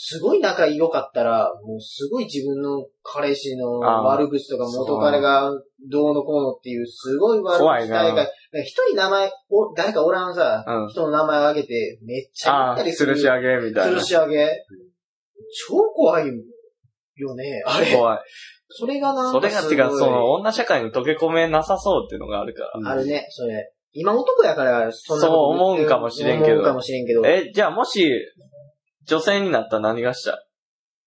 [SPEAKER 3] すごい仲良かったら、もうすごい自分の彼氏の悪口とか元彼がどうのこうのっていう、すごい悪
[SPEAKER 1] 怖い
[SPEAKER 3] 口
[SPEAKER 1] な
[SPEAKER 3] 大会。一人名前、お誰かおらんさ、
[SPEAKER 1] うん
[SPEAKER 3] 人の名前あげて、めっちゃ言
[SPEAKER 1] あ
[SPEAKER 3] っ
[SPEAKER 1] あ
[SPEAKER 3] たり
[SPEAKER 1] ー、
[SPEAKER 3] す
[SPEAKER 1] 吊
[SPEAKER 3] る。
[SPEAKER 1] るし上げみたいな
[SPEAKER 3] 吊る。し上げ。超怖いよね、あれ。
[SPEAKER 1] 怖い。
[SPEAKER 3] それがなん
[SPEAKER 1] そ
[SPEAKER 3] か
[SPEAKER 1] れ
[SPEAKER 3] す
[SPEAKER 1] が、
[SPEAKER 3] ごい
[SPEAKER 1] てか、その、女社会に溶け込めなさそうっていうのがあるか
[SPEAKER 3] あるね、それ。今男やから、そんなこと言って
[SPEAKER 1] そう思う
[SPEAKER 3] る
[SPEAKER 1] んかもしれんけど
[SPEAKER 3] 思うかもしれんけど
[SPEAKER 1] ら。。え、じゃあもし、女性になったら何がしたい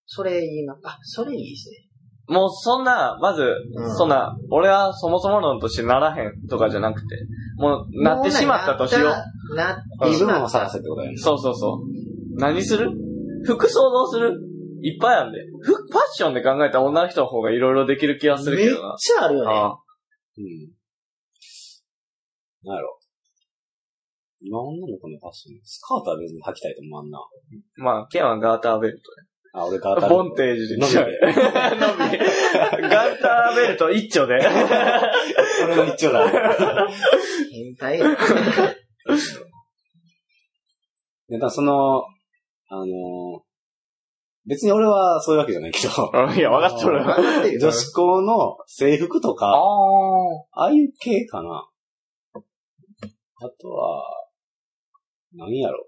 [SPEAKER 3] それいいな。あ、それいいですね。
[SPEAKER 1] もうそんな、まず、
[SPEAKER 3] うん
[SPEAKER 1] そんな、俺はそもそも論としてならへんとかじゃなくて、もうなってしまったとしよう。
[SPEAKER 3] う。なって
[SPEAKER 2] 身
[SPEAKER 3] し
[SPEAKER 2] 分
[SPEAKER 3] ま
[SPEAKER 2] を
[SPEAKER 3] っ
[SPEAKER 2] 探
[SPEAKER 3] た。
[SPEAKER 2] せってことやね。
[SPEAKER 1] そうそうそう。何する服装どうするいっぱいあるんで。ふファッションで考えたら女の人の方がいろいろできる気がする
[SPEAKER 3] め
[SPEAKER 1] け
[SPEAKER 3] っ
[SPEAKER 1] どな。
[SPEAKER 3] ちゃあるよね。
[SPEAKER 1] あ
[SPEAKER 2] うん。なんやろ。今女の子のファッション、スカートは別に履きたいと思わんな。
[SPEAKER 1] あまあ、ケンはガーターベル
[SPEAKER 2] あ、俺が
[SPEAKER 1] ト。ボンテージで来ちゃう。
[SPEAKER 2] の
[SPEAKER 1] のみ。ガーターベルト一丁で。
[SPEAKER 2] 俺の一丁だ。
[SPEAKER 3] 変 態や。
[SPEAKER 2] で、ただその、あのー別に俺はそういうわけじゃないけど、
[SPEAKER 1] いや、分かっとる。
[SPEAKER 3] わかってる
[SPEAKER 2] 女子校の制服と
[SPEAKER 1] あ
[SPEAKER 2] か、
[SPEAKER 1] あ。
[SPEAKER 2] ああいう系かな。あとは、何やろ。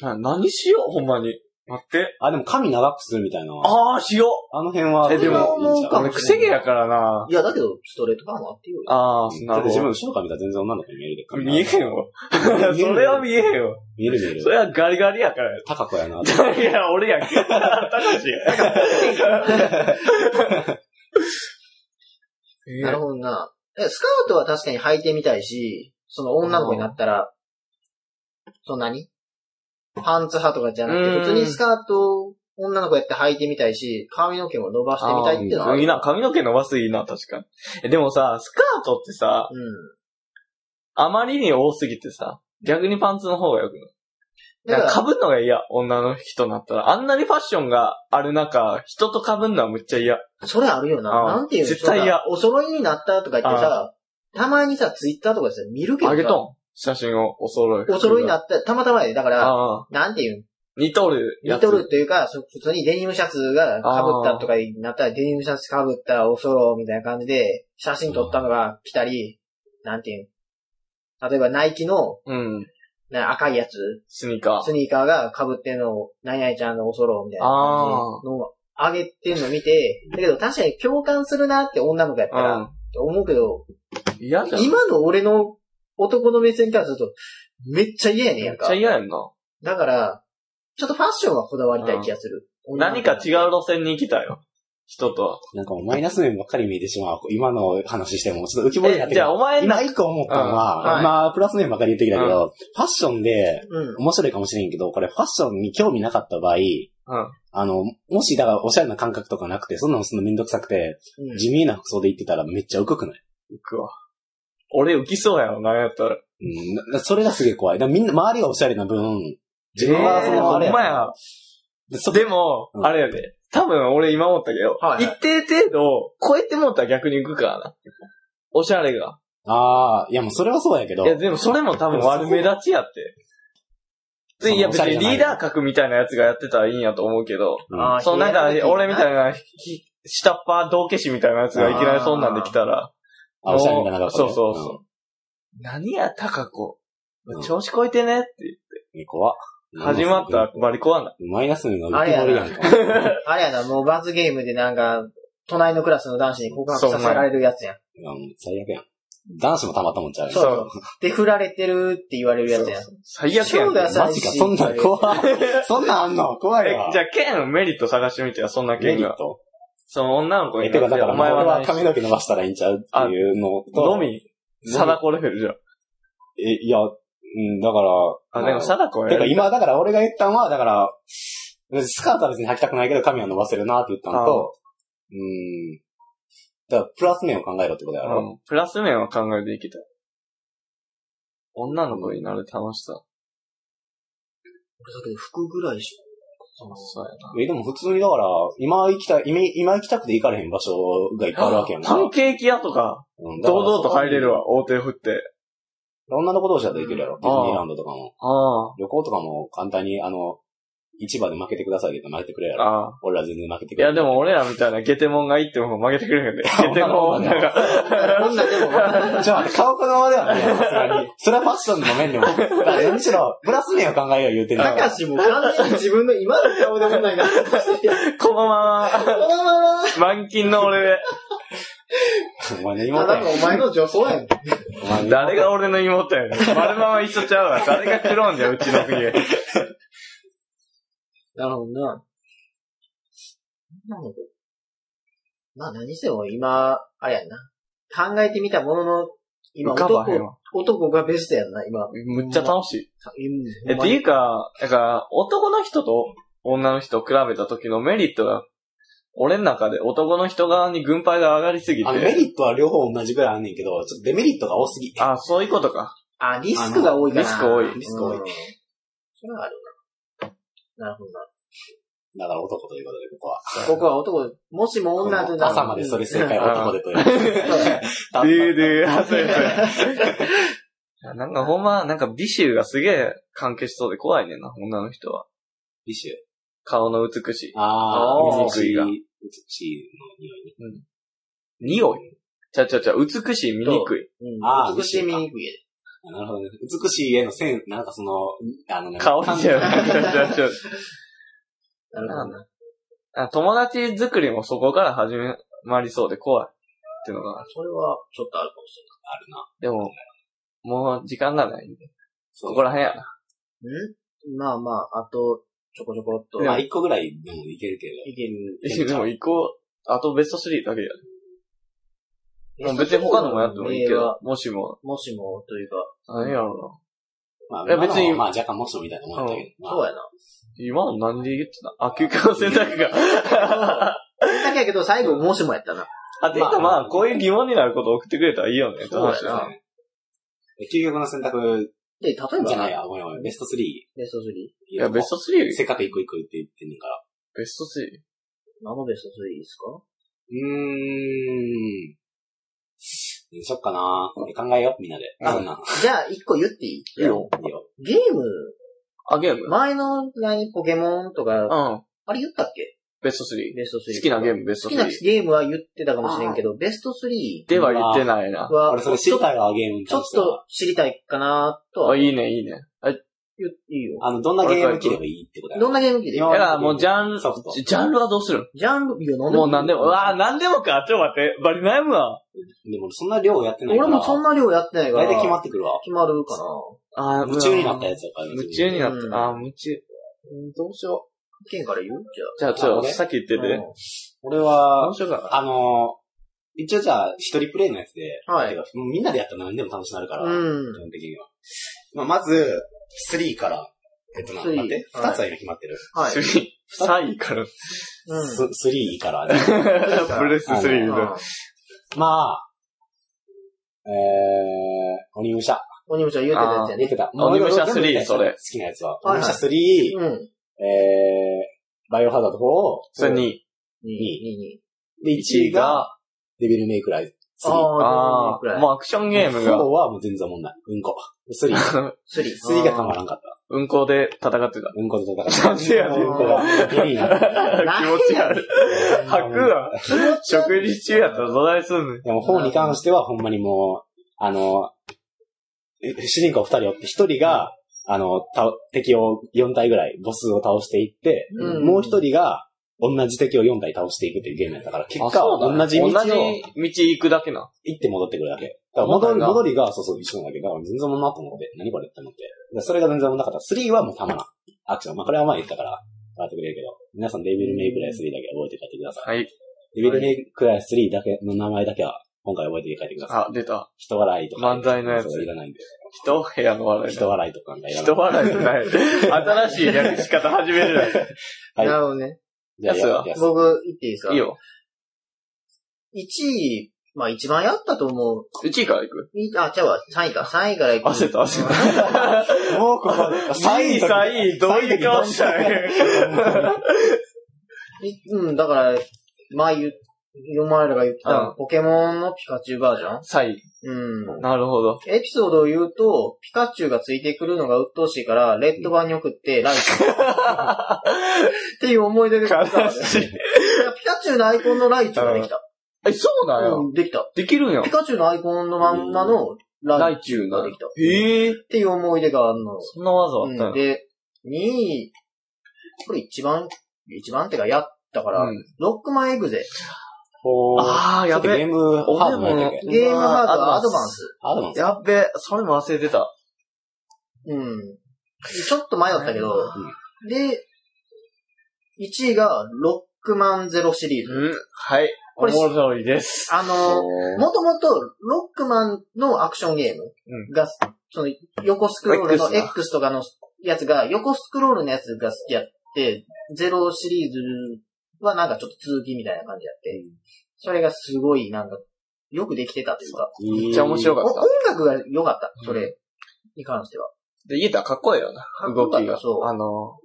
[SPEAKER 1] 何しよう、ほんまに。待って。
[SPEAKER 2] あ、でも髪長くするみたいな。あ
[SPEAKER 1] ああ、しよう。
[SPEAKER 2] の辺は、
[SPEAKER 1] えでも
[SPEAKER 2] いいんちゃう
[SPEAKER 3] かもしれん。
[SPEAKER 1] 俺、くせ毛やからない
[SPEAKER 3] や、だけど、ストレートファンはあっていいよ。
[SPEAKER 1] ああ、
[SPEAKER 2] だ
[SPEAKER 1] な
[SPEAKER 2] って
[SPEAKER 1] る
[SPEAKER 2] 自
[SPEAKER 1] ほど。
[SPEAKER 2] 分の後ろ髪が全然女の子に見えるで髪長
[SPEAKER 1] 見
[SPEAKER 2] い
[SPEAKER 1] えへんよ。 それは見えへんよ。
[SPEAKER 2] 見える見える
[SPEAKER 1] そ。れはガリガリやからよ。
[SPEAKER 2] 高子やな。
[SPEAKER 1] いや、俺やんけ。高橋や。
[SPEAKER 3] なるほどな。えスカートは確かに履いてみたいし、その女の子になったら、そんなにパンツ派とかじゃなく
[SPEAKER 1] う
[SPEAKER 3] て、
[SPEAKER 1] ん
[SPEAKER 3] 普通にスカートを女の子やって履いてみたいし、髪の毛も伸ばしてみたいっていうのはあ
[SPEAKER 1] いい
[SPEAKER 3] る。
[SPEAKER 1] な、髪の毛伸ばすいいな、確かに。えでもさ、スカートってさ、
[SPEAKER 3] うん。
[SPEAKER 1] あまりに多すぎてさ、逆にパンツの方がよくない
[SPEAKER 3] だ
[SPEAKER 1] なん
[SPEAKER 3] か、
[SPEAKER 1] から被んのが嫌、女の人になったら。あんなにファッションがある中、人と被んのはむっちゃ嫌。
[SPEAKER 3] それあるよな。
[SPEAKER 1] ああ
[SPEAKER 3] なんていうの
[SPEAKER 1] 絶対嫌
[SPEAKER 3] そんなお揃いになったとか言ってさ、たまにさ、ツイッターとかでさ、見るけど
[SPEAKER 1] あ
[SPEAKER 3] さ
[SPEAKER 1] げとん写真をお揃い。
[SPEAKER 3] お揃いになった、たまたまで、だから、
[SPEAKER 1] ああ。
[SPEAKER 3] なんていうん
[SPEAKER 1] 似とるや
[SPEAKER 3] 似
[SPEAKER 1] つ。
[SPEAKER 3] とるというか、そ普通にデニムシャツが被ったとかになったら、デニムシャツ被ったおそろみたいな感じで、写真撮ったのが来たり、なんていうん例えばナイキの
[SPEAKER 1] うん。
[SPEAKER 3] な赤いやつ、
[SPEAKER 1] スニーカー。
[SPEAKER 3] スニーカーが被ってんのを、何々ちゃんのおそろみたいな感じのを上げてんの見て、だけど確かに共感するなって女の子やったら、
[SPEAKER 1] うん。
[SPEAKER 3] と思うけど、
[SPEAKER 1] 嫌じゃん。
[SPEAKER 3] 今の俺の男の目線からすると、めっちゃ嫌やねん
[SPEAKER 1] め
[SPEAKER 3] やん
[SPEAKER 1] っ
[SPEAKER 3] か。
[SPEAKER 1] ちゃ嫌やんな。
[SPEAKER 3] だから、ちょっとファッションはこだわりたい気がする。女の子
[SPEAKER 1] 何か違う路線に行きたいよ。人とは。
[SPEAKER 2] なんかもうマイナス面ばっかり見えてしまう。今の話しても、ちょっと浮き彫りにな
[SPEAKER 1] え
[SPEAKER 2] って
[SPEAKER 1] じ
[SPEAKER 2] く
[SPEAKER 1] ゃ
[SPEAKER 2] る
[SPEAKER 1] あ。お前
[SPEAKER 2] 今
[SPEAKER 1] な、
[SPEAKER 2] 一個思ったのは、
[SPEAKER 3] うんはい
[SPEAKER 2] まあ、プラス面ばっかり言ってきたけど、ファッションで
[SPEAKER 3] うん。
[SPEAKER 2] 面白いかもしれんけど、これファッションに興味なかった場合、
[SPEAKER 1] うん。
[SPEAKER 2] あの、もしだからおしゃれな感覚とかなくて、そんなのすんのめんどくさくて、
[SPEAKER 3] うん
[SPEAKER 2] 地味な服装で行ってたらめっちゃ浮くくない
[SPEAKER 1] 浮くわ。俺浮きそうやろ、なんやったら。
[SPEAKER 2] うんな、なそれがすげえ怖い。だからみんな、周りがおしゃれな分、自分はそ
[SPEAKER 1] えー
[SPEAKER 2] の、あれ
[SPEAKER 1] ほんまや。
[SPEAKER 2] でそ
[SPEAKER 1] でも、
[SPEAKER 2] うん
[SPEAKER 1] あれやで。多分俺今思ったけど、
[SPEAKER 3] はいはい
[SPEAKER 1] 一定程度超えてもうたら逆に浮くからな。おしゃれが。
[SPEAKER 2] ああ、いやもうそれはそうやけど
[SPEAKER 1] い、や、でもそれも多分悪目立ちやって。
[SPEAKER 2] そ
[SPEAKER 1] で
[SPEAKER 2] う
[SPEAKER 1] いや
[SPEAKER 2] お
[SPEAKER 1] 別
[SPEAKER 2] しゃれじ
[SPEAKER 1] に
[SPEAKER 2] ゃない
[SPEAKER 1] リーダー格みたいなやつがやってたらいいんやと思うけど、
[SPEAKER 2] うん
[SPEAKER 3] あー
[SPEAKER 1] そうなんか
[SPEAKER 3] ひげ
[SPEAKER 1] 俺みたいなひ下っ端道化師みたいなやつがいきなりそんなんできたら、
[SPEAKER 2] あおしゃれな感覚
[SPEAKER 1] そうそうそう。何や、タカ子。
[SPEAKER 2] うん
[SPEAKER 1] 調子こいてねって。
[SPEAKER 2] うん。怖っ
[SPEAKER 1] 始まったらバリ怖ない。
[SPEAKER 2] マイナス面が浮き彫りやんか。
[SPEAKER 3] あれやな、もう罰ゲームでなんか、隣のクラスの男子に告白させられるやつやん。
[SPEAKER 2] うん、最 悪やん。男子もたまったもんちゃうやん
[SPEAKER 3] そうそう。で、振られてるって言われるやつやん。
[SPEAKER 1] 最悪や
[SPEAKER 3] 超
[SPEAKER 1] ん。
[SPEAKER 3] ダサい
[SPEAKER 2] マジか、そんなん怖い。そんなんあんの怖い
[SPEAKER 1] え
[SPEAKER 2] わ。
[SPEAKER 1] じゃあ、ケンメリット探してみてよ、そんなケ
[SPEAKER 2] メ
[SPEAKER 1] ン
[SPEAKER 2] リッ
[SPEAKER 1] が。
[SPEAKER 2] ト。
[SPEAKER 1] その女の子
[SPEAKER 2] え、
[SPEAKER 1] に
[SPEAKER 2] て
[SPEAKER 1] な
[SPEAKER 2] か
[SPEAKER 1] って
[SPEAKER 2] だから、
[SPEAKER 1] お
[SPEAKER 2] お前
[SPEAKER 1] 前は
[SPEAKER 2] は
[SPEAKER 1] ないし
[SPEAKER 2] 髪の毛伸ばしたらいいんちゃうっていうのと。
[SPEAKER 1] のみ、貞子レベルじゃん。
[SPEAKER 2] え、いや、うん、だから。
[SPEAKER 1] あ、でも貞子
[SPEAKER 2] てか
[SPEAKER 1] や。
[SPEAKER 2] 今、だから俺が言ったのは、だから、スカートは別に履きたくないけど髪は伸ばせるなって言ったのと、うん。だから、プラス面を考えろってことや
[SPEAKER 1] う
[SPEAKER 2] ろ。
[SPEAKER 1] んプラス面は考えていきたい。女の子になる楽しさ。
[SPEAKER 3] 俺だけど服ぐらいし か。
[SPEAKER 1] そうやな。
[SPEAKER 2] え、でも普通にだから、今行きたい、今今行きたくて行かれへん場所がいっぱいあるわけやんか。
[SPEAKER 1] パンケーキ屋とか、
[SPEAKER 2] うんだから
[SPEAKER 1] 堂々と入れるわ、大手振って。
[SPEAKER 2] 女の子同士だといけるやろ。ディズニーランドとかも。
[SPEAKER 1] ああ。
[SPEAKER 2] 旅行とかも簡単に、あの、市場で負けてくださいって言ったら負けてくれるやろ。
[SPEAKER 1] ああ。
[SPEAKER 2] 俺ら全然負けて
[SPEAKER 1] い
[SPEAKER 2] くれ
[SPEAKER 1] や、
[SPEAKER 2] る。
[SPEAKER 1] でも俺らみたいなゲテモンがいっても負けてくれへんで。 ゲテモンなんか、
[SPEAKER 3] こんなんでも、
[SPEAKER 2] ちょ、待って、顔このままではね、さすがに。それはファッションの面でも。だからむしろ、プラス面を考えよう言うてるか。
[SPEAKER 3] たからしも完全に自分の今の顔でもないな。
[SPEAKER 1] このまま、満金の俺 で。
[SPEAKER 2] お前の
[SPEAKER 3] た
[SPEAKER 2] 妹
[SPEAKER 3] だ
[SPEAKER 2] やん
[SPEAKER 3] のお前の女装やん。
[SPEAKER 2] お前の妹
[SPEAKER 1] 誰が俺の妹やねん。丸まま一緒ちゃうわ。誰がクローンじゃ、うちの国へ。
[SPEAKER 3] なるほどな。なので。まあ何せも今、あれやんな。考えてみたものの、今
[SPEAKER 1] 浮かばへん
[SPEAKER 3] 男、
[SPEAKER 1] わ。
[SPEAKER 3] 男がベストやんな、今。
[SPEAKER 1] むっちゃ楽しい。
[SPEAKER 3] うん
[SPEAKER 1] え、っていうか、だから、男の人と女の人を比べた時のメリットが、俺の中で男の人側に軍配が上がりすぎ
[SPEAKER 2] あのメ
[SPEAKER 1] て、
[SPEAKER 2] リットは両方同じぐらいあんねんけど、ちょっとデメリットが多すぎ。
[SPEAKER 1] あそういうことか。
[SPEAKER 3] あ、リスクが多いかな。
[SPEAKER 1] リスク多い
[SPEAKER 3] リスク多い。それはあるな。なるほどな。
[SPEAKER 2] だから男ということで、ここは。
[SPEAKER 3] 僕は男で、もしも女となら
[SPEAKER 2] 朝までそれ正解は男でという。
[SPEAKER 1] でーでー、そう やなんかほんま、なんか美臭がすげえ関係しそうで怖いねんな、女の人は。
[SPEAKER 2] ビシュ。
[SPEAKER 1] 顔の美しい。
[SPEAKER 2] あ
[SPEAKER 3] あー
[SPEAKER 2] ー、美しい、
[SPEAKER 1] が
[SPEAKER 2] 美しいの匂いに。
[SPEAKER 1] 匂い。ちゃうちゃうちゃう、美しい、醜い。
[SPEAKER 3] うん
[SPEAKER 2] あー
[SPEAKER 3] 美しい見にくいで。
[SPEAKER 2] あなるほどね。美しい絵の線、なんかその、あのね、
[SPEAKER 1] 顔
[SPEAKER 2] 感
[SPEAKER 1] じゃなくちゃうちゃうちゃう
[SPEAKER 3] なるほどな。
[SPEAKER 1] あ友達作りもそこから始まりそうで怖い。っていうのが。
[SPEAKER 3] それはちょっとあるかもし
[SPEAKER 2] あるな。
[SPEAKER 1] でも、もう時間がないんで。
[SPEAKER 2] そ
[SPEAKER 1] こ
[SPEAKER 2] う
[SPEAKER 1] こら辺やな。
[SPEAKER 3] れない。うんまあまあ、あと、ちょこちょこっと。
[SPEAKER 2] まあ、一個ぐらいでもいけるけど。
[SPEAKER 3] 意見。
[SPEAKER 2] え
[SPEAKER 1] でも行こう。あとベスト3だけや。もう別に他のもやってもいいけ
[SPEAKER 3] 例は
[SPEAKER 1] ど、もしも、
[SPEAKER 3] もしも、というか、
[SPEAKER 1] 何やろ
[SPEAKER 2] まあ、
[SPEAKER 1] いや別
[SPEAKER 2] 別
[SPEAKER 1] に
[SPEAKER 2] に。まあ、若干もしもみたいなもんだったけど。まあ
[SPEAKER 3] そうやな。
[SPEAKER 1] うな。今の何で言ってたあ、休暇の選択 が。
[SPEAKER 3] だけやけど、最後、もしもやったな。
[SPEAKER 1] あ、ていうかまあ、こういう疑問になることを送ってくれたらいいよね、って
[SPEAKER 3] そう
[SPEAKER 1] 話
[SPEAKER 3] や
[SPEAKER 1] だ
[SPEAKER 3] な
[SPEAKER 1] ね。
[SPEAKER 2] え究極の選択
[SPEAKER 3] で、例えば
[SPEAKER 2] じゃない
[SPEAKER 3] な、
[SPEAKER 2] や、ごめんごめん。ベスト3。
[SPEAKER 3] ベスト3。
[SPEAKER 1] いや、ベスト 3?
[SPEAKER 2] せっかく一個一個言って言ってんねんから。
[SPEAKER 1] ベスト 3?
[SPEAKER 3] 何のベスト3ですか
[SPEAKER 2] うーん。どうしよっかな。考えよう、みんなで。
[SPEAKER 1] うん
[SPEAKER 2] あるな。
[SPEAKER 3] じゃあ、1個言っていい
[SPEAKER 1] いいよ。
[SPEAKER 2] いいよ。
[SPEAKER 3] ゲーム、
[SPEAKER 1] あ、ゲームうん。
[SPEAKER 3] 前の、何、ポケモンとか、あれ言ったっけ
[SPEAKER 1] ベスト 3?
[SPEAKER 3] ベスト3。
[SPEAKER 1] 好きなゲー
[SPEAKER 3] ム。
[SPEAKER 1] ムベス
[SPEAKER 3] 好
[SPEAKER 1] ト
[SPEAKER 3] きな
[SPEAKER 1] 3?
[SPEAKER 3] ゲームは言ってたかもしれんけど、ベスト3
[SPEAKER 1] では言ってないな。
[SPEAKER 3] は、
[SPEAKER 2] 俺それ知り
[SPEAKER 3] ちょ
[SPEAKER 2] たいわ、ゲームに
[SPEAKER 3] ちょっ
[SPEAKER 2] 関しては
[SPEAKER 3] と知りたいかなと
[SPEAKER 1] あ、
[SPEAKER 3] は。い
[SPEAKER 1] いいね、いいね。あだ
[SPEAKER 3] いよ。
[SPEAKER 2] あの、どんなゲーム機でもいいってことや
[SPEAKER 3] どんなゲーム機で
[SPEAKER 2] 今
[SPEAKER 1] からもうジャンル、
[SPEAKER 2] ソフト。
[SPEAKER 1] ジャンルはどうするん
[SPEAKER 3] ジャンル、いや、何で
[SPEAKER 1] もう何でも、うわあ、何でもか。ちょ、待って。バリ悩むわ。
[SPEAKER 2] でも、そんな量やってないか
[SPEAKER 3] 俺
[SPEAKER 2] ら。
[SPEAKER 3] もそんな量やってないから。
[SPEAKER 2] 大体決まってくるわ。
[SPEAKER 3] 決まるかな。
[SPEAKER 1] あ
[SPEAKER 2] 夢中になったやつやから。
[SPEAKER 1] 夢中になっ
[SPEAKER 3] うん
[SPEAKER 1] た。あー夢中。うんどうしよ
[SPEAKER 3] 意見から言うじゃあ。
[SPEAKER 1] う。じゃあ、ちょ、
[SPEAKER 2] あ俺
[SPEAKER 1] さっき言ってて。
[SPEAKER 3] うん
[SPEAKER 1] ど
[SPEAKER 2] 俺は
[SPEAKER 1] う、しようか
[SPEAKER 2] あのー、一応じゃあ、一人プレイのやつで、
[SPEAKER 3] はい
[SPEAKER 2] てかもうみんなでやったら何でも楽しくなるから、
[SPEAKER 3] うん
[SPEAKER 2] 基。本的には。まあ、まず、3から、えっとな、
[SPEAKER 3] スリー
[SPEAKER 2] 待って、
[SPEAKER 3] は
[SPEAKER 2] 2
[SPEAKER 3] い
[SPEAKER 2] つは今決まってる。
[SPEAKER 1] な。
[SPEAKER 3] はい。
[SPEAKER 1] スリー。3位から。
[SPEAKER 3] うん。
[SPEAKER 2] ス3から、
[SPEAKER 1] プレス3
[SPEAKER 3] う
[SPEAKER 1] みたい
[SPEAKER 3] ん
[SPEAKER 1] な。
[SPEAKER 2] まあ、えー、鬼武者。
[SPEAKER 3] 鬼武者言うてたやつや
[SPEAKER 2] 出
[SPEAKER 3] ね。
[SPEAKER 2] てた。
[SPEAKER 1] 鬼武者
[SPEAKER 2] もう俺
[SPEAKER 1] 3それ
[SPEAKER 2] 好きなやつは。
[SPEAKER 3] はい
[SPEAKER 2] 鬼
[SPEAKER 3] は
[SPEAKER 2] 武
[SPEAKER 3] い
[SPEAKER 2] 者3、
[SPEAKER 3] うん。
[SPEAKER 2] えー、バイオハザード4、
[SPEAKER 1] それ2位。
[SPEAKER 3] 2、2、
[SPEAKER 2] で、1位が、デビルメイクライ
[SPEAKER 3] 2。
[SPEAKER 2] 3。
[SPEAKER 3] あ
[SPEAKER 1] あ
[SPEAKER 3] あ、くら
[SPEAKER 1] あ、
[SPEAKER 3] い。
[SPEAKER 1] もうアクションゲーム
[SPEAKER 2] 4
[SPEAKER 1] が、
[SPEAKER 2] はもう全然おもんない。うんこ。3。
[SPEAKER 3] 3。
[SPEAKER 2] 3がた まらんかった。
[SPEAKER 1] 運行で戦ってた。
[SPEAKER 2] うんこと戦った。
[SPEAKER 1] なんでやねん
[SPEAKER 2] うんこがヘビーな。
[SPEAKER 3] なんでやねん
[SPEAKER 1] 気持ち悪い。吐くわ。食事中やったらどないすんねん。
[SPEAKER 2] でも、方に関してはほんまにもう、あの、え主人公二人おって、一人が、あの、た敵を4体ぐらい、ボスを倒していって、
[SPEAKER 3] うん
[SPEAKER 2] もう一人が、同じ敵を4体倒していくっていうゲームやったから、結
[SPEAKER 1] あ
[SPEAKER 2] 果、
[SPEAKER 1] そうだね
[SPEAKER 2] 同じ道を
[SPEAKER 1] 同じ
[SPEAKER 2] 行
[SPEAKER 1] 道行くだけな。
[SPEAKER 2] って戻ってくるだけ。
[SPEAKER 1] そ
[SPEAKER 2] だから
[SPEAKER 1] う
[SPEAKER 2] 戻
[SPEAKER 1] なん
[SPEAKER 2] り、
[SPEAKER 1] だ
[SPEAKER 2] 戻りが、そうそう、一緒なんだけど、だから全然おもんなと思って、何これって思って。でそれが全然おもんなかった。3はもうたまらん。アクション。まあ、これは前言ったから、分かってくれるけど、皆さんデビルメイクライ3だけ覚えて帰ってください。
[SPEAKER 1] はい。
[SPEAKER 2] デビルメイクライ3だけの名前だけは、今回覚えて帰ってください。
[SPEAKER 1] あ、出た。
[SPEAKER 2] 人笑いとか。
[SPEAKER 1] 漫才のやつ
[SPEAKER 2] そういらないんで。
[SPEAKER 1] 一部屋の笑い
[SPEAKER 2] 人
[SPEAKER 1] だ。
[SPEAKER 2] 笑いとかなんかいらない。
[SPEAKER 1] 人笑いじゃない。新しい略し方始めるな。
[SPEAKER 2] はい
[SPEAKER 3] なるほどね。
[SPEAKER 2] じゃあ
[SPEAKER 1] やつは
[SPEAKER 2] やつ
[SPEAKER 3] 僕、言っていいです か
[SPEAKER 1] いいよ。
[SPEAKER 3] 1位、まあ一番やったと思う。
[SPEAKER 1] 1位から行く
[SPEAKER 3] いあ、ちゃうわ、3位か。3位からいく。
[SPEAKER 1] 焦った、焦った。
[SPEAKER 2] もうここで。
[SPEAKER 1] 3位、
[SPEAKER 2] 三
[SPEAKER 1] 3位、どういう顔したい
[SPEAKER 3] いうん、だから、前言っお前らが言ってた
[SPEAKER 1] うん
[SPEAKER 3] ポケモンのピカチュウバージョン
[SPEAKER 1] サイ。
[SPEAKER 3] うん。
[SPEAKER 1] なるほど。
[SPEAKER 3] エピソードを言うと、ピカチュウがついてくるのが鬱陶しいから、レッド版に送っ て、ライト。っていう思い出で作ったの
[SPEAKER 1] 悲
[SPEAKER 3] で
[SPEAKER 1] しい。
[SPEAKER 3] いやピカチュウのアイコンのライチュウができた。
[SPEAKER 1] え、そうなんや。
[SPEAKER 3] うん、できた。
[SPEAKER 1] できるんや
[SPEAKER 3] ピ。カチュウのアイコンのまんまのライ
[SPEAKER 1] イチュウ
[SPEAKER 3] チュウができた。っ
[SPEAKER 1] ええ
[SPEAKER 3] ていう思い出があるの。
[SPEAKER 1] そんな技あったん
[SPEAKER 3] うん、
[SPEAKER 1] や。
[SPEAKER 3] で、2位、これ一番、一番ってかやったから、
[SPEAKER 1] うん
[SPEAKER 3] ロックマンエグゼ。
[SPEAKER 2] ほー。
[SPEAKER 1] あー、やべ
[SPEAKER 2] ちょっとゲームハードなんだっけ
[SPEAKER 3] ゲームハードアドバン
[SPEAKER 1] ス。
[SPEAKER 3] ス。
[SPEAKER 2] ハードなんです
[SPEAKER 1] やっべ、それも忘れてた。
[SPEAKER 3] うん。ちょっと迷ったけど
[SPEAKER 1] う、
[SPEAKER 3] で、1位がロックマンゼロシリーズ。
[SPEAKER 1] うん、はい。
[SPEAKER 3] これ
[SPEAKER 1] おもろいです。
[SPEAKER 3] あの、もともとロックマンのアクションゲームが、その横スクロールの
[SPEAKER 1] X な
[SPEAKER 3] X とかのやつが、横スクロールのやつが好きやって、ゼロシリーズはなんかちょっと続きみたいな感じやって、それがすごいなんか、よくできてたというか、
[SPEAKER 2] め
[SPEAKER 1] めっちゃ面白
[SPEAKER 2] か
[SPEAKER 1] か
[SPEAKER 3] お
[SPEAKER 1] っ
[SPEAKER 3] 音楽が良かった、それに関しては。
[SPEAKER 1] た。で、言えたらかっこいいよな
[SPEAKER 3] かっ、こよ
[SPEAKER 1] 動
[SPEAKER 3] かった
[SPEAKER 1] きが。
[SPEAKER 3] そう
[SPEAKER 1] あの、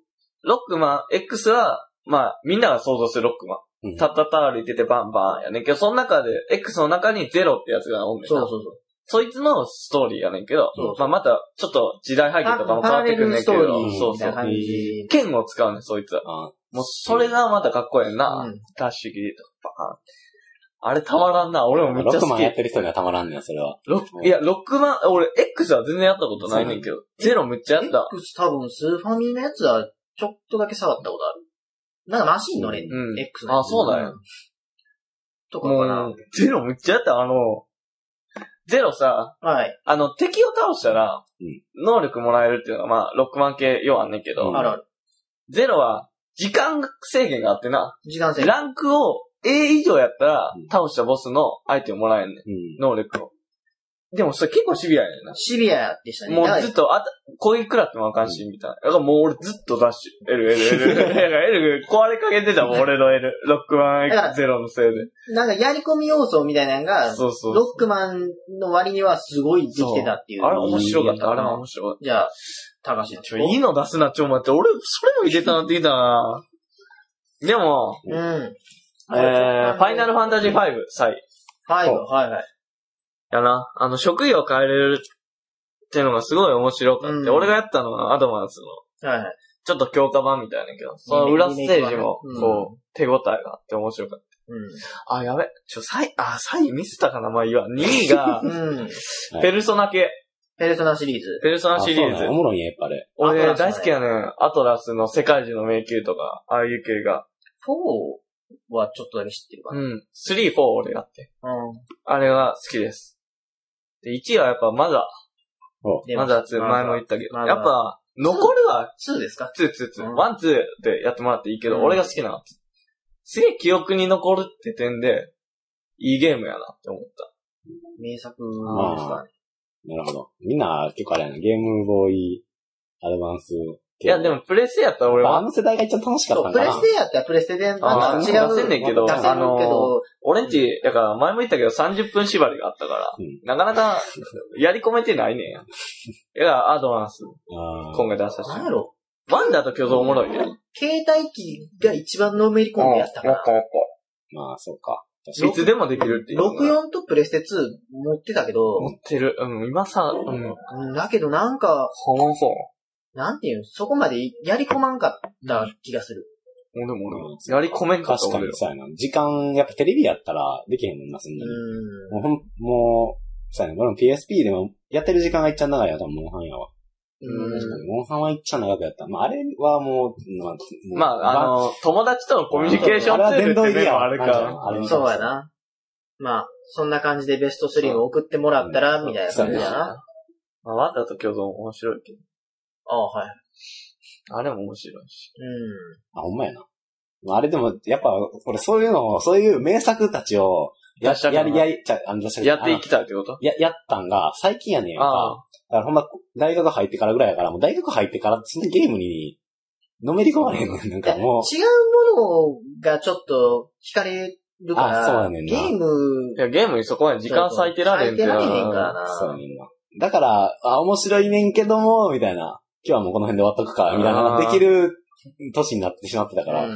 [SPEAKER 1] ロックマン、X は、まあ、みんなが想像するロックマ
[SPEAKER 2] うん
[SPEAKER 1] ン。たったた歩いててバンバンやねんけど、その中で、X の中にゼロってやつがおんねんな
[SPEAKER 3] そうそうそう。
[SPEAKER 1] そいつのストーリーやねんけど
[SPEAKER 3] そう、
[SPEAKER 1] まあまた、ちょっと時代背景とかも変わってくんねんけ
[SPEAKER 3] パラレルスト
[SPEAKER 1] ど
[SPEAKER 3] ーリ、
[SPEAKER 2] ー
[SPEAKER 1] そう
[SPEAKER 3] みた
[SPEAKER 1] そ
[SPEAKER 3] いな
[SPEAKER 1] う。
[SPEAKER 3] 感じ。
[SPEAKER 1] 剣を使うねん、そいつは。もう、それがまたかっこええ
[SPEAKER 3] う
[SPEAKER 1] な。
[SPEAKER 3] ん
[SPEAKER 1] ダッシュ切りとバーン。あれたまらんな。俺もめっ
[SPEAKER 2] ロ
[SPEAKER 1] ち
[SPEAKER 2] ッ
[SPEAKER 1] ゃ
[SPEAKER 2] ク
[SPEAKER 1] 好
[SPEAKER 2] マン
[SPEAKER 1] き。
[SPEAKER 2] やってる人にはたまらんねん、それは。
[SPEAKER 1] ロック、いや、ロックマン、俺、X は全然やったことないねんけど、ゼロめっちゃやった。
[SPEAKER 3] X 多分スーファミのやつはちょっとだけ触ったことある。なんかマシン乗れんね、
[SPEAKER 1] うん。
[SPEAKER 3] X のやつ
[SPEAKER 1] あそうなんや
[SPEAKER 3] とかか
[SPEAKER 1] も
[SPEAKER 3] な
[SPEAKER 1] う。、ゼロめっちゃやった。あの、ゼロさ、
[SPEAKER 3] はい。
[SPEAKER 1] あの、敵を倒したら
[SPEAKER 2] うん、
[SPEAKER 1] 能力もらえるっていうのは、まあ、ロックマン系ようあんねんけど、
[SPEAKER 2] うん
[SPEAKER 3] あるある。
[SPEAKER 1] ゼロは、時間制限があってな、
[SPEAKER 3] 時間制。
[SPEAKER 1] ランクを A 以上やったら
[SPEAKER 2] うん、
[SPEAKER 1] 倒したボスのアイテムもらえんねん。
[SPEAKER 2] うん。
[SPEAKER 1] 能力を。でも、それ結構シビアやねんな。
[SPEAKER 3] シビアでしたね。
[SPEAKER 1] も
[SPEAKER 3] だか
[SPEAKER 1] う
[SPEAKER 3] ら
[SPEAKER 1] ずっと、あた、攻撃食らってもあかんし、みたいな。だからもう俺ずっとダッシュ。L、L、L、L、L、L、壊れかけてたもん、俺の L。ロックマン
[SPEAKER 3] だから
[SPEAKER 1] X0 のせいで。
[SPEAKER 3] なんかやり込み要素みたいなのが、
[SPEAKER 1] そうそう。
[SPEAKER 3] ロックマンの割にはすごいできてたっていう。
[SPEAKER 1] あれ面白かった。あれは
[SPEAKER 3] は
[SPEAKER 1] 面白かっ
[SPEAKER 3] じゃあ、高橋
[SPEAKER 1] た。
[SPEAKER 3] の
[SPEAKER 1] ちょ、いいの出すな、ちょ、待って。俺、それも入れたなって言ったな。でも、
[SPEAKER 3] うん。
[SPEAKER 1] えー、ファイナルファンタジー5、最。
[SPEAKER 3] 5、はいはい。
[SPEAKER 1] やな。あの、職業変えれるってのがすごい面白かっ
[SPEAKER 3] うん
[SPEAKER 1] て。俺がやったのはアドバンスの、
[SPEAKER 3] はいはい。
[SPEAKER 1] ちょっと強化版みたいなんやけど、その裏ステージも、
[SPEAKER 3] うん
[SPEAKER 1] こう、手応えがあって面白かった。あ、やべ。ちょ、サイ、あ、サイミスったかなまあいいわ。2位が
[SPEAKER 3] う、ん。うん。
[SPEAKER 2] はい
[SPEAKER 1] ペルソナ系。
[SPEAKER 3] ペルソナシリーズ。
[SPEAKER 1] ペルソナシリー
[SPEAKER 2] あ
[SPEAKER 1] ズ
[SPEAKER 2] そうなんやお。もろいんや、やっぱあれ。
[SPEAKER 3] アト
[SPEAKER 1] 俺
[SPEAKER 3] ラスのね
[SPEAKER 1] 大好きやねん。アトラスの世界中の迷宮とか、ああいう系が。
[SPEAKER 3] 4はちょっとだけ知ってるかな。
[SPEAKER 1] うん。3、4俺やって。
[SPEAKER 3] うん。
[SPEAKER 1] あれは好きです。で、1位はやっぱマザ
[SPEAKER 3] で
[SPEAKER 1] ー。マザー2、前も言ったけど。
[SPEAKER 3] マザ
[SPEAKER 1] や
[SPEAKER 3] ー
[SPEAKER 1] っぱ、残るは、
[SPEAKER 3] 2ですか
[SPEAKER 1] 2、2、2。
[SPEAKER 3] うん
[SPEAKER 1] 1、2でやってもらっていいけど、
[SPEAKER 3] うん
[SPEAKER 1] 俺が好きなの。すげえ記憶に残るって点で、いいゲームやなって思った。
[SPEAKER 3] 名作
[SPEAKER 2] あ
[SPEAKER 3] ですかね。
[SPEAKER 2] なるほど。みんな、結構あれやな、ゲームボーイ、アドバンス。
[SPEAKER 1] いや、でもプレステやったら俺
[SPEAKER 2] あ
[SPEAKER 1] は、
[SPEAKER 2] の世代が一番楽しかった
[SPEAKER 3] そ
[SPEAKER 2] ん
[SPEAKER 3] う、プ
[SPEAKER 2] か
[SPEAKER 3] レ
[SPEAKER 2] な。
[SPEAKER 3] ステやったらプレステで、また
[SPEAKER 1] あー
[SPEAKER 3] 違う。
[SPEAKER 1] 出せんねんけど
[SPEAKER 3] 出せるけ
[SPEAKER 1] あの
[SPEAKER 3] ど、
[SPEAKER 1] 俺んち、だから前も言ったけど30分縛りがあったから、
[SPEAKER 2] うん
[SPEAKER 1] なかなかやり込めてないねんや。だからアドバンス、
[SPEAKER 2] あー
[SPEAKER 1] 今回出させて
[SPEAKER 3] なん。やろ
[SPEAKER 1] ワンダーと巨像おもろいね。
[SPEAKER 3] 携帯機が一番のめり込んでやったから。
[SPEAKER 1] やっ
[SPEAKER 2] まあ、そうか。
[SPEAKER 1] いつでもできるっていう。
[SPEAKER 3] 64とプレステ2持ってたけど、
[SPEAKER 1] 持ってる。うん、今さ、うん。
[SPEAKER 3] うんだけどなんか、
[SPEAKER 1] ほんそう。
[SPEAKER 3] なんていうの、そこまでやり込まんかった気がする。
[SPEAKER 1] 俺も俺
[SPEAKER 2] う
[SPEAKER 1] も
[SPEAKER 2] ん。
[SPEAKER 1] やり込めんかった
[SPEAKER 2] 確か
[SPEAKER 1] 俺
[SPEAKER 2] に
[SPEAKER 1] ら。
[SPEAKER 2] そうやな。時間、やっぱテレビやったらできへんもんな、そんなに。
[SPEAKER 3] う
[SPEAKER 2] もうほん、もう、そうやな、俺も PSP でもやってる時間がいっちゃ長いや多分モンハンやわ。
[SPEAKER 3] ん。
[SPEAKER 1] うん
[SPEAKER 2] 確かに、モンハンはいっちゃ長くやった。まあ、あれはもう、まあ、
[SPEAKER 1] まあ、あ
[SPEAKER 2] の、
[SPEAKER 1] の、友達とのコミュニケーション
[SPEAKER 2] あれは
[SPEAKER 1] ツール
[SPEAKER 2] 殿堂
[SPEAKER 1] って面
[SPEAKER 2] 入りや
[SPEAKER 1] も
[SPEAKER 2] わ
[SPEAKER 1] あるか。
[SPEAKER 2] あれ
[SPEAKER 3] そうやな。まあ、そんな感じでベスト3を送ってもらったら、みたいな
[SPEAKER 2] そう
[SPEAKER 3] 感
[SPEAKER 2] や
[SPEAKER 3] じだな。
[SPEAKER 1] な。まあ、ワンダーと巨像面白いけ
[SPEAKER 3] ああ、はい。
[SPEAKER 1] ど。あれも面白いし。
[SPEAKER 2] あ、ほんまやな。まあ、あれでも、やっぱ、俺そういうのを、そういう名作たちを、や
[SPEAKER 1] 出したくな
[SPEAKER 2] や
[SPEAKER 1] い
[SPEAKER 2] り、やり、ちゃ、あの、出したくな
[SPEAKER 1] やっていきたいってこと
[SPEAKER 2] や、やったんが、最近やねんか。
[SPEAKER 1] ああ。
[SPEAKER 2] だからほんま、大学入ってからぐらいやから、もう大学入ってから、そのゲームに、のめり込まれへんねん。なん
[SPEAKER 3] うん。
[SPEAKER 2] かもう、
[SPEAKER 3] 違うものがちょっと惹かれるか
[SPEAKER 2] あそう
[SPEAKER 3] ら、
[SPEAKER 2] やねん
[SPEAKER 3] ゲ
[SPEAKER 2] な
[SPEAKER 3] ーム
[SPEAKER 1] い、や、ゲームにそこまで時間割いてられんっていうの
[SPEAKER 3] 割いてられへん
[SPEAKER 1] は
[SPEAKER 3] かな
[SPEAKER 2] そうやねんな。だから、あ、面白いねんけども、みたいな。今日はもうこの辺で終わっとくか、みたいな。
[SPEAKER 1] あー
[SPEAKER 2] できる年になってしまってたから。
[SPEAKER 3] う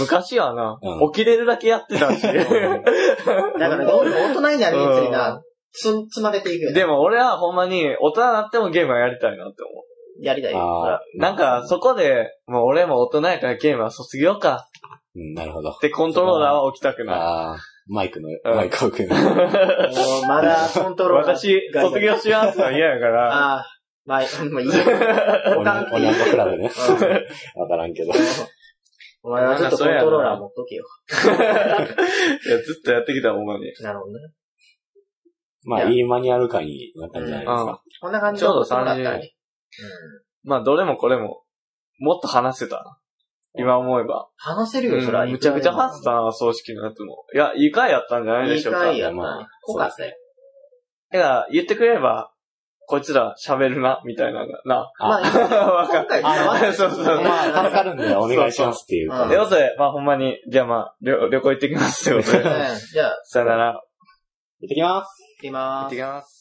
[SPEAKER 1] 昔はな、
[SPEAKER 2] うん
[SPEAKER 1] 起きれるだけやって たし。
[SPEAKER 3] ん。だからどうにも大人になるにつれな、つ、積まれていくよね。
[SPEAKER 1] でも俺はほんまに大人になってもゲームはやりたいなって思う。
[SPEAKER 3] やりたい。
[SPEAKER 2] ああ、
[SPEAKER 1] なんかそこで、もう俺も大人やからゲームは卒業か
[SPEAKER 2] うんなるほど
[SPEAKER 1] っ。てコントローラーは置きたくない。
[SPEAKER 2] ああ、マイクの、
[SPEAKER 1] ん
[SPEAKER 2] マイクを組む。
[SPEAKER 3] もうまだコントローラー。
[SPEAKER 1] 私、卒業しますの嫌やから。
[SPEAKER 3] ああ、まあ、もういいよ。
[SPEAKER 2] オニャンオニャンコクラブね。わからんけど。
[SPEAKER 3] お前はちょっとコントローラー持っ とけよ。
[SPEAKER 1] いや、ずっとやってきたほんまに。
[SPEAKER 3] なるほどね。
[SPEAKER 2] まあ、いいマニュアル感になったんじゃないです
[SPEAKER 1] うん
[SPEAKER 2] か。。
[SPEAKER 3] こんな感じ
[SPEAKER 1] ちょうど
[SPEAKER 3] だったね。
[SPEAKER 1] まあ、どれもこれも、もっと話せたな。今思えば。
[SPEAKER 3] 話せるよ、それは。
[SPEAKER 1] うんむちゃくちゃ話せたな、葬式のやつも。いや、いい回やったんじゃないで
[SPEAKER 3] いい
[SPEAKER 1] しょうか。
[SPEAKER 3] 回やった
[SPEAKER 2] ま
[SPEAKER 3] ね
[SPEAKER 2] あ。
[SPEAKER 3] 濃かったよ。
[SPEAKER 1] だから、言ってくれれば、こいつら喋るな、みたいなのが、 な。
[SPEAKER 3] まあ、
[SPEAKER 1] わか
[SPEAKER 3] 今
[SPEAKER 1] る。
[SPEAKER 3] 回、
[SPEAKER 2] あ
[SPEAKER 1] あ そうそう
[SPEAKER 2] まあ、助か
[SPEAKER 3] る。
[SPEAKER 2] るんでお願いしますっていう
[SPEAKER 3] そう
[SPEAKER 2] か
[SPEAKER 3] そう
[SPEAKER 1] ということで、まあほんまに、じゃあまあ、旅旅行行ってきますってこと
[SPEAKER 3] う
[SPEAKER 1] で。
[SPEAKER 3] んじゃあ、
[SPEAKER 1] さよなら。
[SPEAKER 2] 行ってきます
[SPEAKER 3] 行き
[SPEAKER 1] 行っ
[SPEAKER 3] まーす
[SPEAKER 1] てき。ます。